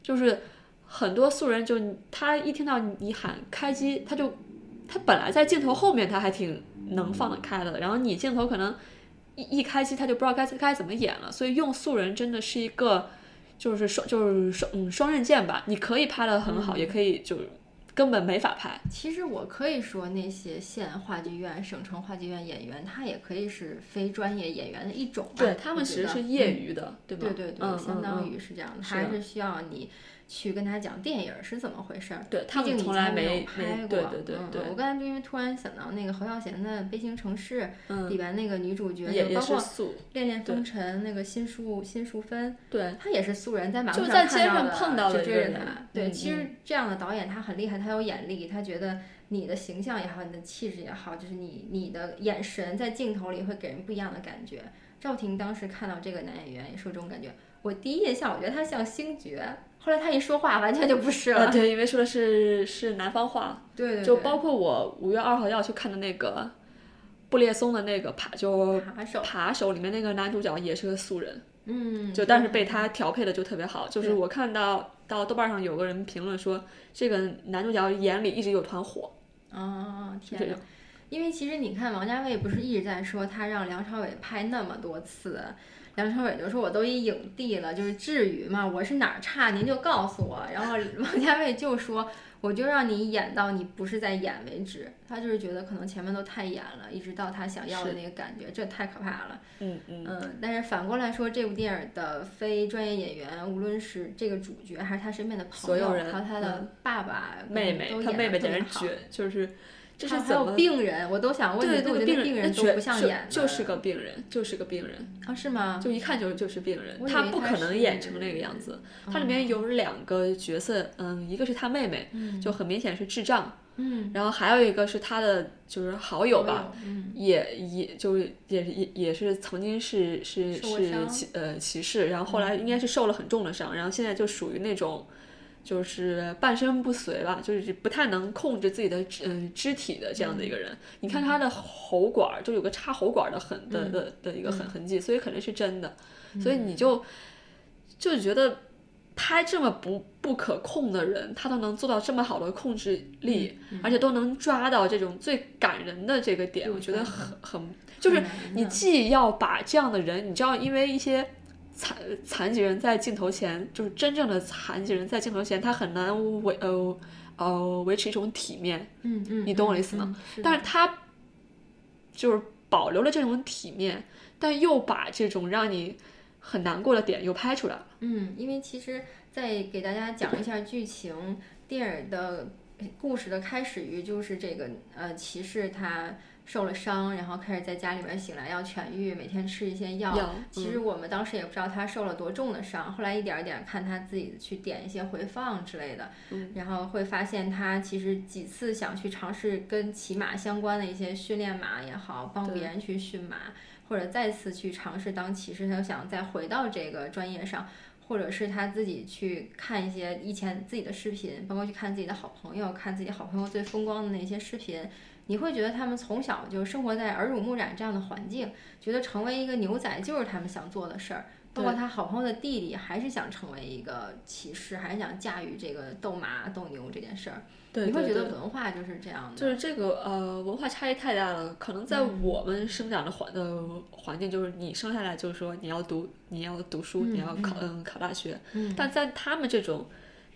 Speaker 2: 就是很多素人就他一听到你喊开机，他就他本来在镜头后面他还挺能放得开的，然后你镜头可能一一开机他就不知道该该怎么演了，所以用素人真的是一个就是双就是双嗯双刃剑吧，你可以拍的很好，也可以就根本没法拍，
Speaker 1: 其实我可以说，那些县话剧院、省城话剧院演员，他也可以是非专业演员的一种吧。
Speaker 2: 对他
Speaker 1: 我
Speaker 2: 们
Speaker 1: 觉
Speaker 2: 其实
Speaker 1: 得
Speaker 2: 是业余的，嗯对吧？
Speaker 1: 对对对，
Speaker 2: 嗯、
Speaker 1: 相当
Speaker 2: 于、
Speaker 1: 于是这样的，
Speaker 2: 是啊
Speaker 1: 他
Speaker 2: 的
Speaker 1: 是需要你去跟他讲电影是怎么回事儿。
Speaker 2: 对他
Speaker 1: 毕
Speaker 2: 们
Speaker 1: 竟
Speaker 2: 从
Speaker 1: 以前
Speaker 2: 来
Speaker 1: 没
Speaker 2: 没
Speaker 1: 有拍
Speaker 2: 没
Speaker 1: 过。
Speaker 2: 对对对
Speaker 1: 嗯
Speaker 2: 对，
Speaker 1: 我刚才就因为突然想到那个侯孝贤的《悲情城市》
Speaker 2: 嗯，
Speaker 1: 里边那个女主角，
Speaker 2: 也
Speaker 1: 就
Speaker 2: 也
Speaker 1: 包括
Speaker 2: 是
Speaker 1: 《
Speaker 2: 素，
Speaker 1: 恋恋风尘》那个辛淑辛淑芬，
Speaker 2: 对
Speaker 1: 她也是素人，在马路
Speaker 2: 就在
Speaker 1: 看
Speaker 2: 街上碰到
Speaker 1: 的
Speaker 2: 的
Speaker 1: 就
Speaker 2: 一个
Speaker 1: 追着
Speaker 2: 人
Speaker 1: 她。对，
Speaker 2: 嗯
Speaker 1: 其实这样的导演他很厉害，他有眼力，他觉得你的形象也好，你的气质也好，就是你你的眼神在镜头里会给人不一样的感觉。赵婷当时看到这个男演员也是有这种感觉，我第一印象我觉得他像星爵，后来他一说话完全就不是
Speaker 2: 啊
Speaker 1: 了。
Speaker 2: 对，因为说的是是南方话，
Speaker 1: 对对对，
Speaker 2: 就包括我五月二号要去看的那个布列松的那个爬就
Speaker 1: 扒手，
Speaker 2: 扒手里面那个男主角也是个素人，
Speaker 1: 嗯，
Speaker 2: 就但是被他调配的就特别好。就是
Speaker 1: 对
Speaker 2: 我看到到豆瓣上有个人评论说，这个男主角眼里一直有团火，
Speaker 1: 啊
Speaker 2: 是
Speaker 1: 天
Speaker 2: 这
Speaker 1: 哪
Speaker 2: 种。
Speaker 1: 因为其实你看，王家卫不是一直在说他让梁朝伟拍那么多次，梁朝伟就说我都一影帝了，就是至于吗？我是哪儿差您就告诉我。然
Speaker 2: [laughs]
Speaker 1: 后王家卫就说我就让你演到你不是在演为止。他就是觉得可能前面都太演了，一直到他想要的
Speaker 2: 是
Speaker 1: 那个感觉，这太可怕了。
Speaker 2: 嗯嗯，
Speaker 1: 嗯，但是反过来说，这部电影的非专业演员，无论是这个主角，还是他身边的朋友，
Speaker 2: 所有人
Speaker 1: 还有他
Speaker 2: 嗯
Speaker 1: 的爸爸、
Speaker 2: 妹妹
Speaker 1: 都，
Speaker 2: 他
Speaker 1: 演
Speaker 2: 妹
Speaker 1: 得
Speaker 2: 妹
Speaker 1: 特
Speaker 2: 简
Speaker 1: 别
Speaker 2: 直
Speaker 1: 好
Speaker 2: 绝，就是这
Speaker 1: 还
Speaker 2: 是
Speaker 1: 有
Speaker 2: 怎
Speaker 1: 还有
Speaker 2: 么？
Speaker 1: 病人，我都想问
Speaker 2: 对
Speaker 1: 你，
Speaker 2: 对
Speaker 1: 我
Speaker 2: 对，
Speaker 1: 觉得
Speaker 2: 病
Speaker 1: 人
Speaker 2: 人
Speaker 1: 都
Speaker 2: 绝
Speaker 1: 不像
Speaker 2: 就
Speaker 1: 演的，
Speaker 2: 就是个病人，就是个病人，
Speaker 1: 啊，是吗？
Speaker 2: 就一看就就是病人
Speaker 1: 我，以
Speaker 2: 他
Speaker 1: 为
Speaker 2: 不
Speaker 1: 他
Speaker 2: 可能
Speaker 1: 是
Speaker 2: 演成那个样子。它里面有两个角色，嗯，一个是他妹妹，
Speaker 1: 嗯
Speaker 2: 就很明显是智障，
Speaker 1: 嗯，
Speaker 2: 然后还有一个是他的就是好友吧，
Speaker 1: 我有？嗯
Speaker 2: 也也就是也也也是曾经是是
Speaker 1: 受过
Speaker 2: 是
Speaker 1: 伤嗯
Speaker 2: 歧呃歧视，然后后来应该是受了很重的伤，然后现在就属于那种就是半身不遂吧，就是不太能控制自己的嗯、肢体的这样的
Speaker 1: 嗯
Speaker 2: 一个人。你看他的喉管儿就有个插喉管儿的痕
Speaker 1: 嗯
Speaker 2: 的的的一个痕痕迹，所以肯定是真的，所以你就就觉得。拍这么不不可控的人，他都能做到这么好的控制力，而且都能抓到这种最感人的这个
Speaker 1: 嗯
Speaker 2: 点，
Speaker 1: 对
Speaker 2: 我觉得
Speaker 1: 对
Speaker 2: 很很，
Speaker 1: 嗯
Speaker 2: 就是你既要把这样的人，你知道，因为一些残残疾人在镜头前，就是真正的残疾人在镜头前，他很难维呃呃维持一种体面，
Speaker 1: 嗯嗯，
Speaker 2: 你懂我意思吗
Speaker 1: 嗯？是的
Speaker 2: 但是他就是保留了这种体面，但又把这种让你很难过的点又拍出来了。
Speaker 1: 嗯，因为其实再给大家讲一下剧情，电影的故事的开始于就是这个呃骑士他受了伤，然后开始在家里面醒来要痊愈，每天吃一些药。
Speaker 2: 要
Speaker 1: 其实我们当时也不知道他受了多重的伤，后来一点儿一点儿看他自己去点一些回放之类的，
Speaker 2: 嗯
Speaker 1: 然后会发现他其实几次想去尝试跟骑马相关的一些训练马也好，帮
Speaker 2: 对
Speaker 1: 别人去驯马，或者再次去尝试当骑士，他又想再回到这个专业上。或者是他自己去看一些以前自己的视频，包括去看自己的好朋友，看自己好朋友最风光的那些视频，你会觉得他们从小就生活在耳濡目染这样的环境，觉得成为一个牛仔就是他们想做的事儿。包括
Speaker 2: 对
Speaker 1: 他好朋友的弟弟，还是想成为一个骑士，还是想驾驭这个斗马斗牛这件事儿。
Speaker 2: 对
Speaker 1: 你会
Speaker 2: 对
Speaker 1: 觉
Speaker 2: 对
Speaker 1: 得文化就是这样的，
Speaker 2: 就是这个呃文化差异太大了，可能在
Speaker 1: 嗯
Speaker 2: 我们生长的环呃环境，就是你生下来就是说你要读你要读书，
Speaker 1: 嗯
Speaker 2: 你要考嗯考大学，
Speaker 1: 嗯
Speaker 2: 但在他们这种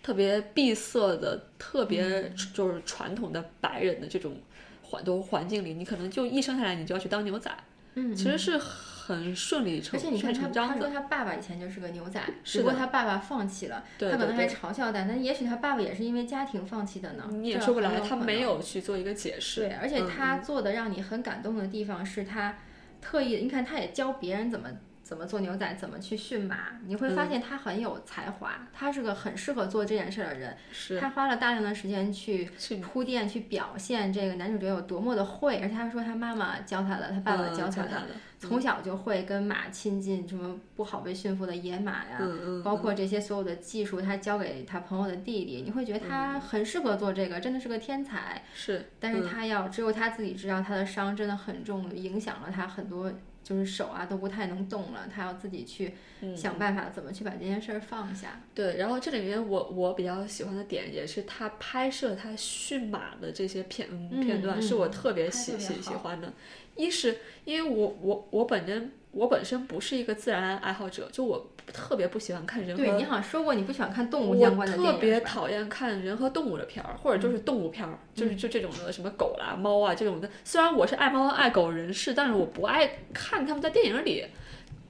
Speaker 2: 特别闭塞的、特
Speaker 1: 嗯
Speaker 2: 别就是传统的白人的这种环都环境里，你可能就一生下来你就要去当牛仔，
Speaker 1: 嗯，
Speaker 2: 其实是很顺理成
Speaker 1: 而且你看
Speaker 2: 顺理
Speaker 1: 他，
Speaker 2: 成章
Speaker 1: 他
Speaker 2: 的
Speaker 1: 说。他爸爸以前就是个牛仔，只
Speaker 2: 是
Speaker 1: 不过
Speaker 2: 的
Speaker 1: 他爸爸放弃了，
Speaker 2: 对
Speaker 1: 他可
Speaker 2: 对
Speaker 1: 能还
Speaker 2: 对，
Speaker 1: 嘲笑他，但也许他爸爸也是因为家庭放弃的呢。
Speaker 2: 你也
Speaker 1: 这
Speaker 2: 说不
Speaker 1: 啊很
Speaker 2: 来，
Speaker 1: 有
Speaker 2: 他
Speaker 1: 可
Speaker 2: 没
Speaker 1: 能
Speaker 2: 有去做一个解释。
Speaker 1: 对，而且
Speaker 2: 嗯
Speaker 1: 他做的让你很感动的地方是他特意，你看他也教别人怎么。怎么做牛仔，怎么去驯马，你会
Speaker 2: 嗯
Speaker 1: 发现他很有才华，他是个很适合做这件事儿的人。
Speaker 2: 是
Speaker 1: 他花了大量的时间去
Speaker 2: 是
Speaker 1: 铺垫，去表现这个男主角有多么的会，而且他说他妈妈教他的，他爸爸
Speaker 2: 嗯
Speaker 1: 教他的，
Speaker 2: 的，
Speaker 1: 从小就会跟马亲近，什么不好被驯服的野马呀，
Speaker 2: 嗯嗯，
Speaker 1: 包括这些所有的技术，他交给他朋友的弟弟，你会觉得
Speaker 2: 嗯
Speaker 1: 他很适合做这个，真的是个天才。
Speaker 2: 是，
Speaker 1: 但是他要只有他自己知道，他的伤真的很重，影响了他很多，就是手啊都不太能动了，他要自己去
Speaker 2: 嗯
Speaker 1: 想办法怎么去把这件事儿放下。
Speaker 2: 对，然后这里面我我比较喜欢的点也是他拍摄他驯马的这些片、
Speaker 1: 嗯
Speaker 2: 片段，是我
Speaker 1: 嗯
Speaker 2: 特别
Speaker 3: 拍
Speaker 2: 喜
Speaker 3: 得
Speaker 2: 喜
Speaker 3: 也
Speaker 2: 喜
Speaker 3: 好
Speaker 2: 欢的。一是因为我我我本身我本身不是一个自然爱好者，就我特别不喜欢看人
Speaker 1: 对
Speaker 2: 和
Speaker 1: 你好像说过你不喜欢看动物相
Speaker 2: 我
Speaker 1: 关的
Speaker 2: 特
Speaker 1: 电影
Speaker 2: 别
Speaker 1: 是吧，嗯
Speaker 2: 讨厌看人和动物的片儿，或者就是动物片儿，就是就这种的什么狗啦、猫啊这种的。虽然我是爱猫爱狗人士，但是我不爱看他们在电影里。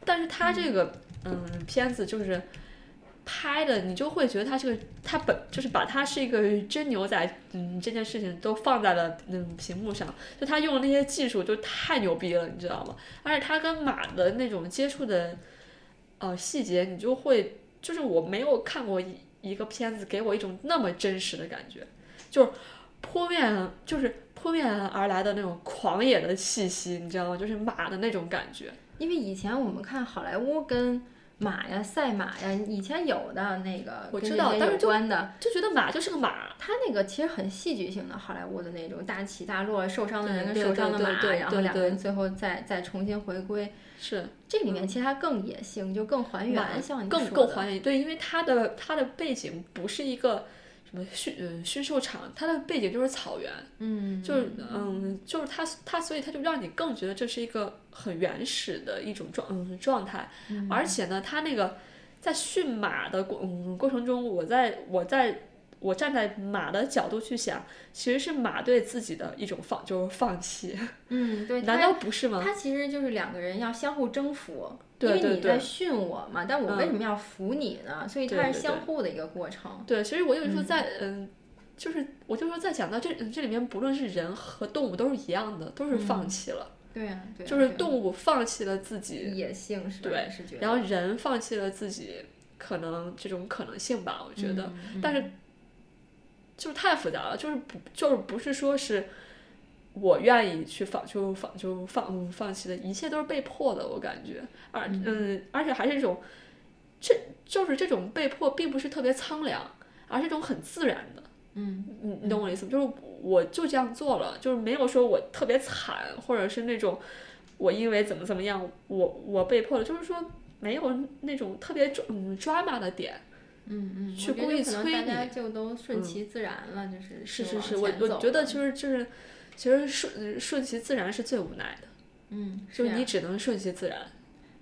Speaker 2: 但是他这个嗯片子就是拍的，你就会觉得他这个他本就是把他是一个真牛仔，嗯这件事情都放在了嗯屏幕上，就他用的那些技术就太牛逼了，你知道吗？而且他跟马的那种接触的呃细节，你就会就是我没有看过一一个片子给我一种那么真实的感觉，就是扑面就是扑面而来的那种狂野的气息，你知道吗？就是马的那种感觉。
Speaker 1: 因为以前我们看好莱坞跟马呀、赛马呀，以前有的那个
Speaker 2: 我
Speaker 1: 跟
Speaker 2: 知
Speaker 1: 这
Speaker 2: 道
Speaker 1: 些
Speaker 2: 但是
Speaker 1: 有
Speaker 2: 就
Speaker 1: 关的。
Speaker 2: 就觉得马就是个马，
Speaker 1: 他那个其实很戏剧性的，好莱坞的那种大起大落，受伤的人跟
Speaker 2: 对对
Speaker 1: 受伤的
Speaker 2: 对
Speaker 1: 马，
Speaker 2: 对
Speaker 1: 然后
Speaker 2: 对
Speaker 1: 两个
Speaker 2: 对
Speaker 1: 人最后再再重新回归。
Speaker 2: 是
Speaker 1: 这里面其实它更野性，就更还
Speaker 2: 马
Speaker 1: 原，像你说
Speaker 2: 更
Speaker 1: 的
Speaker 2: 更还原。对，因为它的它的背景不是一个什么驯嗯驯兽场，它的背景就是草原，
Speaker 1: 嗯，
Speaker 2: 就是嗯就是它它，所以它就让你更觉得这是一个很原始的一种状嗯状态。
Speaker 1: 嗯
Speaker 2: 而且呢，他那个在驯马的过、嗯、过程中，我在我在我站在马的角度去想，其实是马对自己的一种放，就是放弃，
Speaker 1: 嗯，对，
Speaker 2: 难道不是
Speaker 1: 它
Speaker 2: 吗？
Speaker 1: 它其实就是两个人要相互征服，
Speaker 2: 对
Speaker 1: 因为
Speaker 2: 对
Speaker 1: 你
Speaker 2: 对
Speaker 1: 在训我嘛，但我
Speaker 2: 嗯
Speaker 1: 为什么要服你呢？所以
Speaker 2: 对
Speaker 1: 它
Speaker 2: 对
Speaker 1: 是
Speaker 2: 对
Speaker 1: 相互的一个过程。
Speaker 2: 对，其实我有时候在嗯。就是，我就说，在讲到这嗯这里面，不论是人和动物都是一样的，都是放弃了，
Speaker 1: 对啊，对啊，
Speaker 2: 就是
Speaker 1: 对啊
Speaker 2: 动物放弃了自己，
Speaker 1: 野性是吧？
Speaker 2: 对
Speaker 1: 你是觉得，
Speaker 2: 然后人放弃了自己，可能这种可能性吧，我觉得。
Speaker 1: 嗯，嗯
Speaker 2: 但是就是太复杂了，就是不就是不是说是我愿意去放就放就放嗯放弃的，一切都是被迫的，我感觉，而
Speaker 1: 嗯
Speaker 2: 嗯，而且还是一种，这就是这种被迫，并不是特别苍凉，而是一种很自然的。
Speaker 1: 嗯，
Speaker 2: 你你懂我的意思吗？就是我就这样做了，就是没有说我特别惨，或者是那种我因为怎么怎么样，我我被迫了，就是说没有那种特别抓嗯 drama 的点。
Speaker 1: 嗯嗯，
Speaker 2: 去
Speaker 1: 我觉得
Speaker 2: 故意
Speaker 1: 可能
Speaker 2: 催
Speaker 1: 大家
Speaker 2: 你
Speaker 1: 就都顺
Speaker 2: 嗯
Speaker 1: 其自然了，就是
Speaker 2: 是
Speaker 1: 就是往
Speaker 2: 是，我
Speaker 1: 前
Speaker 2: 我
Speaker 1: 走
Speaker 2: 觉得
Speaker 1: 了
Speaker 2: 就是就是，其实顺嗯顺其自然是最无奈的，
Speaker 1: 嗯，
Speaker 2: 就是是
Speaker 1: 啊
Speaker 2: 你只能顺其自然。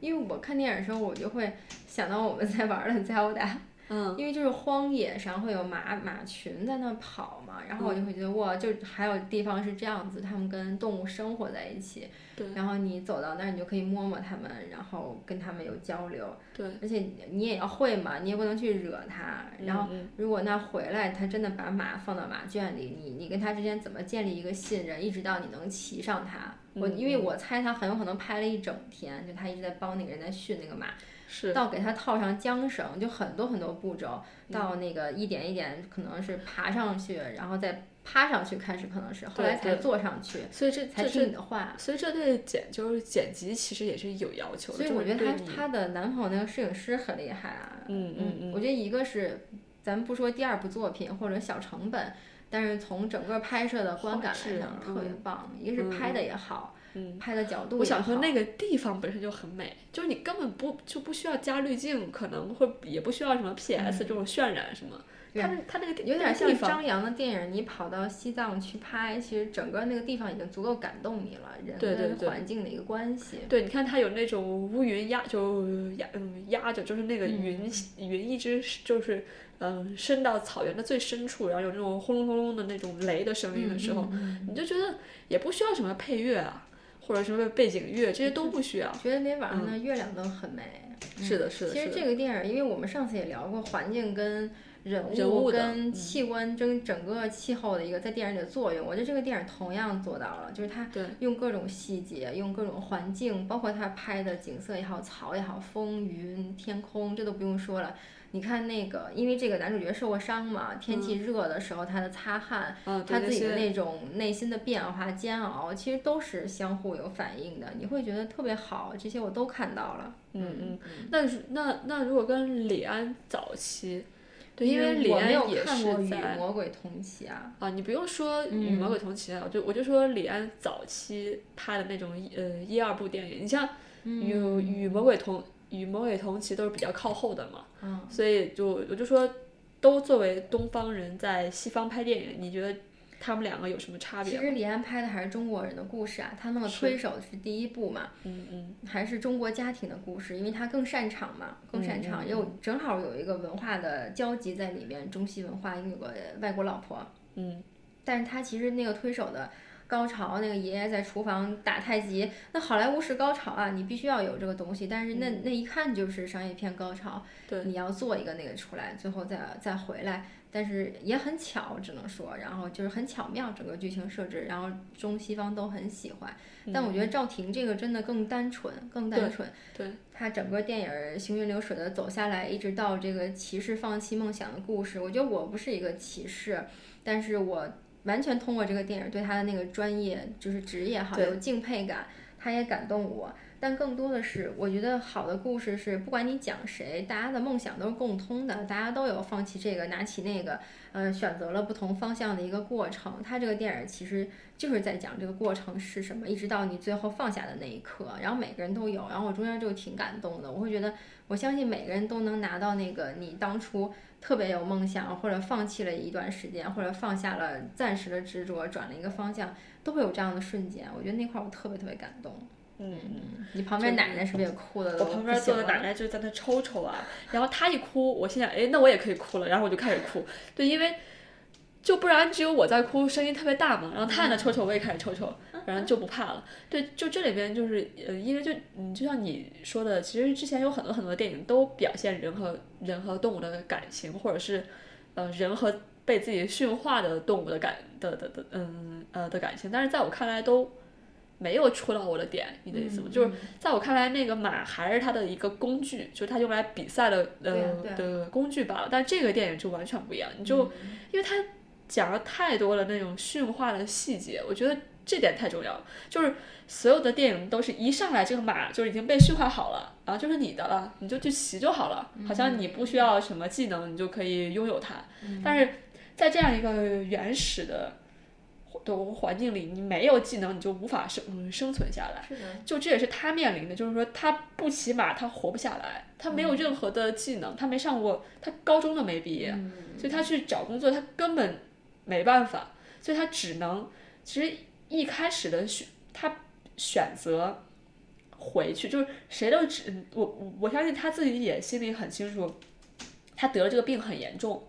Speaker 1: 因为我看电影的时候，我就会想到我们在玩的 [laughs] Zelda，
Speaker 2: 嗯，
Speaker 1: 因为就是荒野上会有马马群在那跑嘛，然后我就会觉得哇，就还有地方是这样子，他们跟动物生活在一起，
Speaker 2: 对
Speaker 1: 然后你走到那儿，你就可以摸摸它们，然后跟它们有交流，
Speaker 2: 对，
Speaker 1: 而且你也要会嘛，你也不能去惹它，然后
Speaker 2: 嗯
Speaker 1: 如果那回来他真的把马放到马圈里，你你跟他之间怎么建立一个信任，一直到你能骑上它？我
Speaker 2: 嗯
Speaker 1: 因为我猜他很有可能拍了一整天，就他一直在帮那个人在训那个马，
Speaker 2: 是嗯
Speaker 1: 到给他套上缰绳，就很多很多步骤，到那个一点一点可能是爬上去，然后再趴上去开始可能是，后
Speaker 2: 对
Speaker 1: 来才
Speaker 2: 对
Speaker 1: 坐上去，
Speaker 2: 所以这
Speaker 1: 才
Speaker 2: 这
Speaker 1: 听
Speaker 2: 这
Speaker 1: 你，的话。
Speaker 2: 所以这对剪就是剪辑其实也是有要求的，
Speaker 1: 所以
Speaker 2: 就是
Speaker 1: 我觉得她
Speaker 2: 对你
Speaker 1: 她的男朋友那个摄影师很厉害啊。
Speaker 2: 嗯嗯嗯
Speaker 1: 我觉得一个是咱们不说第二部作品或者小成本，但是从整个拍摄的观感来
Speaker 2: 画
Speaker 1: 讲
Speaker 2: 质
Speaker 1: 特别棒，一个是拍的也好，
Speaker 2: 嗯，
Speaker 1: 拍的角度也好。
Speaker 2: 我想说那个地方本身就很美，就是你根本不就不需要加滤镜，可能会也不需要什么 PS 这种渲染什么，
Speaker 1: 嗯对
Speaker 2: 他们他那个地
Speaker 1: 有
Speaker 2: 那
Speaker 1: 点
Speaker 2: 个地
Speaker 1: 像
Speaker 2: 方
Speaker 1: 张扬的电影，你跑到西藏去拍，其实整个那个地方已经足够感动你了，人
Speaker 2: 对对
Speaker 1: 跟
Speaker 2: 对
Speaker 1: 环境的一个关系。
Speaker 2: 对，你看它有那种乌云压，就压嗯压着，就是那个
Speaker 1: 嗯
Speaker 2: 云、云一直就是嗯伸到草原的最深处，然后有那种轰隆轰隆的那种雷的声音的时候，
Speaker 1: 嗯，嗯
Speaker 2: 你就觉得也不需要什么配乐啊，或者什么背景乐，这些都不需要
Speaker 1: 嗯。觉得那晚上的月亮都很美。嗯
Speaker 2: 是的，是的，
Speaker 1: 其
Speaker 2: 是
Speaker 1: 实
Speaker 2: 的。
Speaker 1: 这个电影，因为我们上次也聊过，环境跟人
Speaker 2: 人物的嗯
Speaker 1: 跟气温整整个气候的一个在电影里的作用。我觉得这个电影同样做到了，就是它
Speaker 2: 对
Speaker 1: 用各种细节，用各种环境，包括它拍的景色也好，草也好，风云天空，这都不用说了。你看那个，因为这个男主角受过伤嘛，天气热的时候，他的擦汗，
Speaker 2: 啊，嗯对
Speaker 1: 他自己的
Speaker 2: 那些
Speaker 1: 那种内心的变化、煎熬，其实都是相互有反应的。你会觉得特别好，这些我都看到了。
Speaker 2: 嗯嗯，那如那那如果跟李安早期，对，因
Speaker 1: 因
Speaker 2: 为李
Speaker 1: 我没
Speaker 2: 安
Speaker 1: 有
Speaker 2: 也
Speaker 1: 看过《
Speaker 2: 是
Speaker 1: 与
Speaker 2: 在
Speaker 1: 魔鬼同行》啊，
Speaker 2: 啊，你不用说《与魔鬼同行》啊，我就我就说李安早期拍的那种呃一二部电影，你像
Speaker 1: 嗯
Speaker 2: 与与魔鬼同与魔鬼同期都是比较靠后的嘛，
Speaker 1: 嗯，
Speaker 2: 所以就我就说，都作为东方人在西方拍电影，你觉得他们两个有什么差
Speaker 1: 其
Speaker 2: 别？
Speaker 1: 实李安拍的还是中国人的故事啊，他那个
Speaker 2: 是
Speaker 1: 推手是第一部嘛，
Speaker 2: 嗯嗯，
Speaker 1: 还是中国家庭的故事，因为他更擅长嘛，更擅长，
Speaker 2: 嗯嗯
Speaker 1: 有正好有一个文化的交集在里面，中西文化，因为有个外国老婆，
Speaker 2: 嗯，
Speaker 1: 但是他其实那个推手的。高潮，那个爷爷在厨房打太极，那好莱坞式高潮啊，你必须要有这个东西，但是那那一看就是商业片高潮，
Speaker 2: 对
Speaker 1: 你要做一个那个出来，最后再再回来，但是也很巧，只能说，然后就是很巧妙整个剧情设置，然后中西方都很喜欢。但我觉得赵婷这个真的更单纯，更单纯。
Speaker 2: 嗯对，
Speaker 1: 她整个电影儿行云流水的走下来，一直到这个骑士放弃梦想的故事，我觉得我不是一个骑士，但是我完全通过这个电影对她的那个专业就是职业哈
Speaker 2: 对
Speaker 1: 有敬佩感，她也感动我。但更多的是，我觉得好的故事是，不管你讲谁，大家的梦想都是共通的，大家都有放弃这个、拿起那个，呃，选择了不同方向的一个过程。它这个电影其实就是在讲这个过程是什么，一直到你最后放下的那一刻，然后每个人都有。然后我中间就挺感动的，我会觉得，我相信每个人都能拿到那个你当初特别有梦想，或者放弃了一段时间，或者放下了暂时的执着，转了一个方向，都会有这样的瞬间。我觉得那块儿我特别特别感动。
Speaker 2: 嗯
Speaker 1: 嗯，你旁边奶奶是不是也哭的？
Speaker 2: 我旁边坐的奶，奶就在那抽抽啊，然后她一哭，我心想，哎，那我也可以哭了，然后我就开始哭，对，因为就不然只有我在哭，声音特别大嘛，然后她也在那抽抽，我也开始抽抽，
Speaker 1: 嗯
Speaker 2: 然后就不怕了。对，就这里边就是，呃，因为就你就像你说的，其实之前有很多很多电影都表现人和人和动物的感情，或者是呃人和被自己驯化的动物的感的的的嗯呃的感情，但是在我看来都没有戳到我的点，你的意
Speaker 1: 嗯
Speaker 2: 思吗？就是在我看来，那个马还是它的一个工具，就是它用来比赛的呃
Speaker 1: 对啊对啊
Speaker 2: 的工具罢了。但这个电影就完全不一样，你就、
Speaker 1: 嗯
Speaker 2: 因为它讲了太多的那种驯化的细节，我觉得这点太重要了。就是所有的电影都是一上来这个马就已经被驯化好了，然后就是你的了，你就去骑就好了，好像你不需要什么技能，你就可以拥有它。
Speaker 1: 嗯
Speaker 2: 但是在这样一个原始的的环境里，你没有技能，你就无法生、嗯生存下来。
Speaker 1: 是的，
Speaker 2: 就这也是他面临的，就是说他不骑马，他活不下来，他没有任何的技能，他没上过，他高中都没毕业，所以他去找工作，他根本没办法，所以他只能，其实一开始的选，他选择回去，就是谁都只我我我相信他自己也心里很清楚，他得了这个病很严重，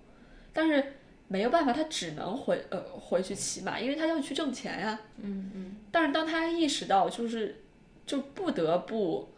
Speaker 2: 但是没有办法，他只能回呃回去骑马，因为他要去挣钱呀、
Speaker 1: 嗯嗯，
Speaker 2: 但是当他意识到就是就不得不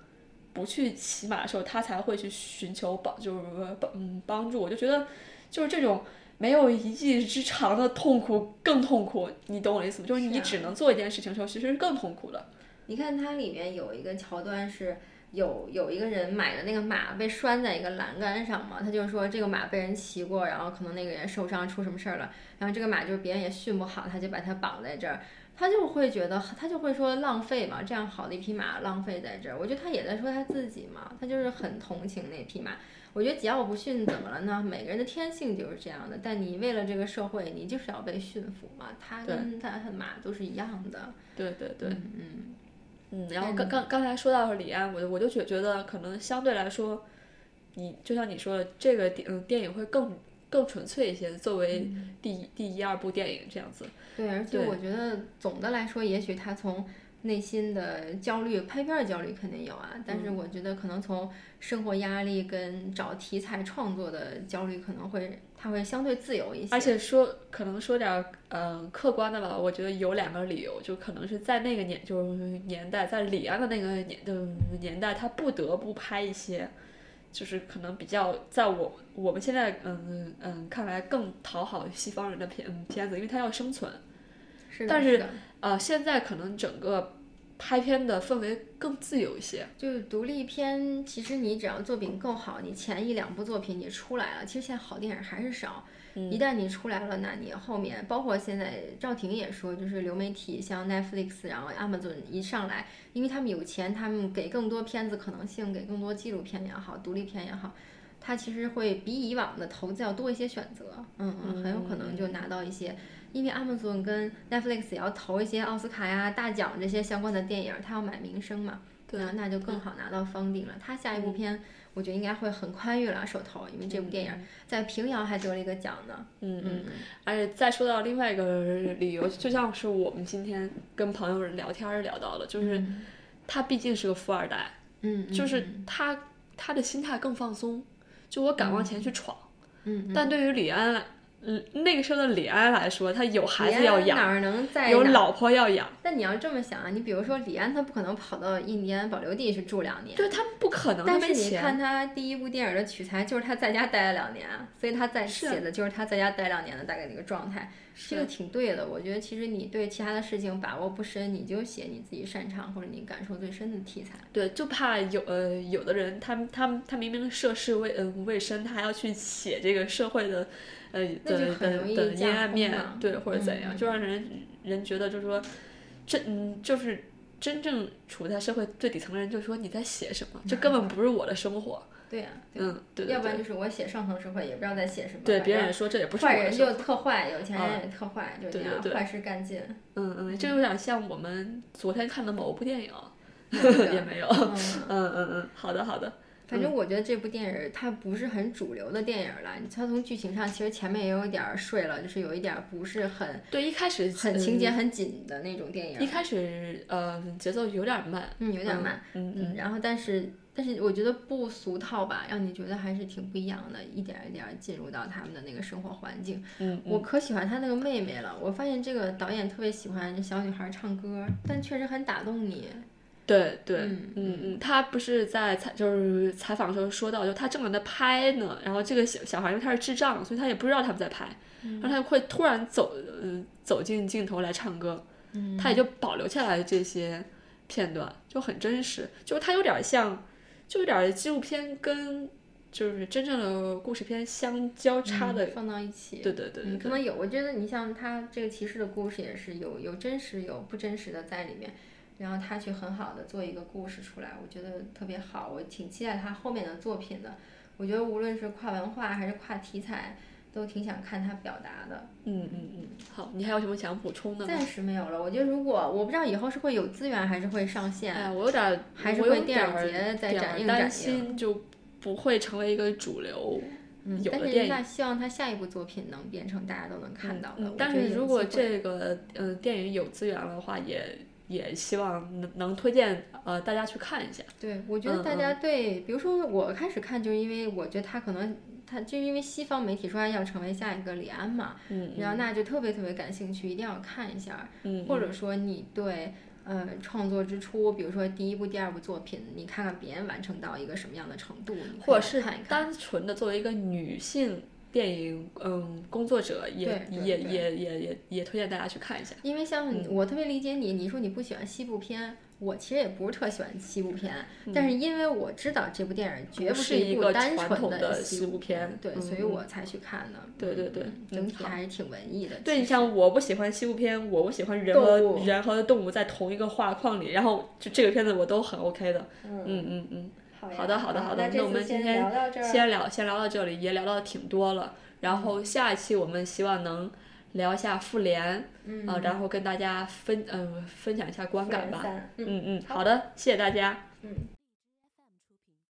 Speaker 2: 不去骑马的时候，他才会去寻求帮，就是帮嗯帮助。我就觉得就是这种没有一技之长的痛苦更痛苦，你懂我的意思吗？就是
Speaker 1: 是
Speaker 2: 你
Speaker 1: 啊
Speaker 2: 只能做一件事情的时候，其实是更痛苦的。
Speaker 1: 你看它里面有一个桥段是。有有一个人买的那个马被拴在一个栏杆上嘛，他就说这个马被人骑过，然后可能那个人受伤出什么事儿了，然后这个马就是别人也驯不好，他就把它绑在这儿，他就会觉得他就会说浪费嘛，这样好的一匹马浪费在这儿，我觉得他也在说他自己嘛，他就是很同情那匹马。我觉得桀骜不驯怎么了呢？每个人的天性就是这样的，但你为了这个社会，你就是要被驯服嘛，他跟他和马都是一样的。
Speaker 2: 对对对，
Speaker 1: 嗯嗯。
Speaker 2: 嗯，然后刚刚刚才说到李安，我我就觉觉得可能相对来说，你就像你说的，这个电嗯电影会更更纯粹一些，作为第一、第一二部电影这样子。
Speaker 1: 对，而且
Speaker 2: 对
Speaker 1: 我觉得总的来说，也许他从内心的焦虑，拍片儿焦虑肯定有啊，但
Speaker 2: 嗯
Speaker 1: 是我觉得可能从生活压力跟找题材创作的焦虑，可能会他会相对自由一些。
Speaker 2: 而且说可能说点儿呃客观的吧，我觉得有两个理由，就可能是在那个年就是年代，在李安的那个年的、年代，他不得不拍一些就是可能比较在我我们现在嗯嗯看来更讨好西方人的片嗯片子，因为它要生存。
Speaker 1: 是的，
Speaker 2: 但
Speaker 1: 是
Speaker 2: 是
Speaker 1: 的
Speaker 2: 呃，现在可能整个拍片的氛围更自由一些。
Speaker 1: 就是独立片，其实你只要作品够好，你前一两部作品你出来了，其实现在好电影还是少。一旦你出来了，那你后面包括现在赵婷也说，就是流媒体像 Netflix，然后 Amazon 一上来，因为他们有钱，他们给更多片子可能性，给更多纪录片也好，独立片也好，它其实会比以往的投资要多一些选择。嗯嗯，很有可能就拿到一些，因为 Amazon 跟 Netflix 也要投一些奥斯卡呀、大奖这些相关的电影，它要买名声嘛。
Speaker 2: 对嗯
Speaker 1: 那那就更好拿到方定了。他下一部片，我觉得应该会很宽裕了手头，因为嗯这部电影在平遥还得了一个奖呢。
Speaker 2: 嗯
Speaker 1: 嗯，
Speaker 2: 而且再说到另外一个理由，就像是我们今天跟朋友聊天儿聊到的，就是他毕竟是个富二代，
Speaker 1: 嗯，
Speaker 2: 嗯就是他他的心态更放松，就我敢往前去闯。
Speaker 1: 嗯，
Speaker 2: 但对于李安来，嗯，那个时候的李安来说，他有孩子
Speaker 1: 李
Speaker 2: 要
Speaker 1: 安哪
Speaker 2: 养，
Speaker 1: 儿能在
Speaker 2: 有
Speaker 1: 哪儿？
Speaker 2: 老婆要养，
Speaker 1: 但你要这么想啊，你比如说李安，他不可能跑到印第安保留地去住两年。
Speaker 2: 对他们不可能，他
Speaker 1: 但是
Speaker 2: 没
Speaker 1: 你
Speaker 2: 钱。
Speaker 1: 看他第一部电影的取材就是他在家待了两年啊，所以他在
Speaker 2: 是
Speaker 1: 写的就是他在家待两年的大概那个状态，这个挺对的。我觉得其实你对其他的事情把握不深，你就写你自己擅长或者你感受最深的题材。
Speaker 2: 对，就怕有呃有的人，他们他们他明明涉世未嗯、未深，他还要去写这个社会的呃
Speaker 1: 那就
Speaker 2: 的
Speaker 1: 很
Speaker 2: 的
Speaker 1: 容易
Speaker 2: 的阴
Speaker 1: 架
Speaker 2: 暗
Speaker 1: 空
Speaker 2: 面
Speaker 1: 嘛，
Speaker 2: 对或者怎
Speaker 1: 嗯
Speaker 2: 样，
Speaker 1: 嗯
Speaker 2: 就让人人觉得就是说，真嗯就是真正处在社会最底层的人，就说你在写什么，这根本不是我的生活。
Speaker 1: 对呀、对
Speaker 2: 嗯，对对
Speaker 1: 要不然
Speaker 2: 对，
Speaker 1: 就是我写上层社会，也不知道在写什么。
Speaker 2: 对
Speaker 1: 反
Speaker 2: 别
Speaker 1: 正
Speaker 2: 人也说这也不是我
Speaker 1: 坏
Speaker 2: 的
Speaker 1: 人
Speaker 2: 生活。
Speaker 1: 就特坏，有钱人也特坏，就这
Speaker 2: 对对
Speaker 1: 样
Speaker 2: 对
Speaker 1: 坏事干尽。
Speaker 2: 嗯嗯，这有点像我们昨天看的某部电影，
Speaker 1: 对
Speaker 2: [laughs] 也没有。
Speaker 1: 嗯
Speaker 2: 嗯嗯嗯，好的好的。
Speaker 1: 反正我觉得这部电影儿它不是很主流的电影儿了，它从剧情上其实前面也有一点儿睡了，就是有一点儿不是很
Speaker 2: 对，一开始
Speaker 1: 很
Speaker 2: 嗯
Speaker 1: 情节很紧的那种电影
Speaker 2: 一
Speaker 1: 儿，
Speaker 2: 开始呃节奏有点慢，
Speaker 1: 嗯，有点儿慢。
Speaker 2: 嗯，嗯
Speaker 1: 嗯，然后但是但是我觉得不俗套吧，让你觉得还是挺不一样的，一点儿一点儿进入到他们的那个生活环境。
Speaker 2: 嗯，
Speaker 1: 我可喜欢他那个妹妹了，我发现这个导演特别喜欢小女孩儿唱歌，但确实很打动你。
Speaker 2: 对对，
Speaker 1: 嗯
Speaker 2: 嗯嗯，他不是在采就是采访的时候说到，就他正在那拍呢，然后这个小小孩因为他是智障，所以他也不知道他们在拍，然后他会突然走嗯、走进镜头来唱歌，
Speaker 1: 嗯
Speaker 2: 他也就保留下来这些片段，就很真实，就是他有点像，就有点纪录片跟就是真正的故事片相交叉的，
Speaker 1: 嗯放到一起，
Speaker 2: 对对对对
Speaker 1: 嗯，可
Speaker 2: 对，
Speaker 1: 能有。我觉得你像他这个骑士的故事也是有有真实有不真实的在里面，然后他去很好的做一个故事出来，我觉得特别好，我挺期待他后面的作品的。我觉得无论是跨文化还是跨题材，都挺想看他表达的。
Speaker 2: 嗯嗯嗯，好，你还有什么想补充的吗？
Speaker 1: 暂时没有了，我觉得如果我不知道以后是会有资源还是会上线，
Speaker 2: 哎呀，我有点儿，
Speaker 1: 还是
Speaker 2: 我有
Speaker 1: 会电
Speaker 2: 点
Speaker 1: 影
Speaker 2: 儿
Speaker 1: 节再
Speaker 2: 点
Speaker 1: 展
Speaker 2: 儿
Speaker 1: 映展
Speaker 2: 担
Speaker 1: 映
Speaker 2: 心就不会成为一个主流。
Speaker 1: 嗯，
Speaker 2: 有
Speaker 1: 但
Speaker 2: 的
Speaker 1: 是
Speaker 2: 电
Speaker 1: 那希望他下一部作品能变成大家都能看到的。
Speaker 2: 嗯
Speaker 1: 我
Speaker 2: 但
Speaker 1: 觉得
Speaker 2: 是
Speaker 1: 有
Speaker 2: 如果
Speaker 1: 机会
Speaker 2: 这个嗯、呃电影有资源的话，也也希望能能推荐呃大家去看一下。
Speaker 1: 对，我觉得
Speaker 2: 嗯
Speaker 1: 大家对，比如说我开始看，就是因为我觉得他可能他就是因为西方媒体说他要成为下一个李安嘛，
Speaker 2: 嗯
Speaker 1: 然后那就特别特别感兴趣，一定要看一下。
Speaker 2: 嗯，
Speaker 1: 或者说你对呃创作之初，比如说第一部、第二部作品，你看看别人完成到一个什么样的程度，你可以
Speaker 2: 或者是
Speaker 1: 看一看。
Speaker 2: 嗯单纯的作为一个女性电影嗯工作者，也
Speaker 1: 对对
Speaker 2: 也
Speaker 1: 对
Speaker 2: 也也也也推荐大家去看一下。
Speaker 1: 因为像
Speaker 2: 嗯
Speaker 1: 你我特别理解你，你说你不喜欢西部片，我其实也不是特喜欢西部片，但是因为我知道这部电影绝
Speaker 2: 嗯不
Speaker 1: 不
Speaker 2: 是一
Speaker 1: 一部
Speaker 2: 个
Speaker 1: 单
Speaker 2: 传
Speaker 1: 纯
Speaker 2: 统的
Speaker 1: 西
Speaker 2: 西
Speaker 1: 部
Speaker 2: 部片
Speaker 1: 对，
Speaker 2: 嗯
Speaker 1: 所以我才去看的。
Speaker 2: 对对对
Speaker 1: 嗯
Speaker 2: 嗯
Speaker 1: 整体
Speaker 2: 好
Speaker 1: 还是挺文艺的。
Speaker 2: 对
Speaker 1: 其
Speaker 2: 你
Speaker 1: 实
Speaker 2: 像我不喜欢西部片，我不喜欢人
Speaker 1: 动物
Speaker 2: 和人和动物在同一个画框里，然后就这个片子我都很 OK 的。
Speaker 1: 嗯
Speaker 2: 嗯嗯嗯，
Speaker 1: 好呀
Speaker 2: 好的好的好的，那我们今天先聊先聊到这里，也聊到挺多了。然后下一期我们希望能聊一下复联，
Speaker 1: 嗯
Speaker 2: 啊，然后呃跟大家分嗯、分享一下观感吧。
Speaker 1: 吧。
Speaker 2: 嗯嗯，好的，谢谢大家。
Speaker 1: 嗯。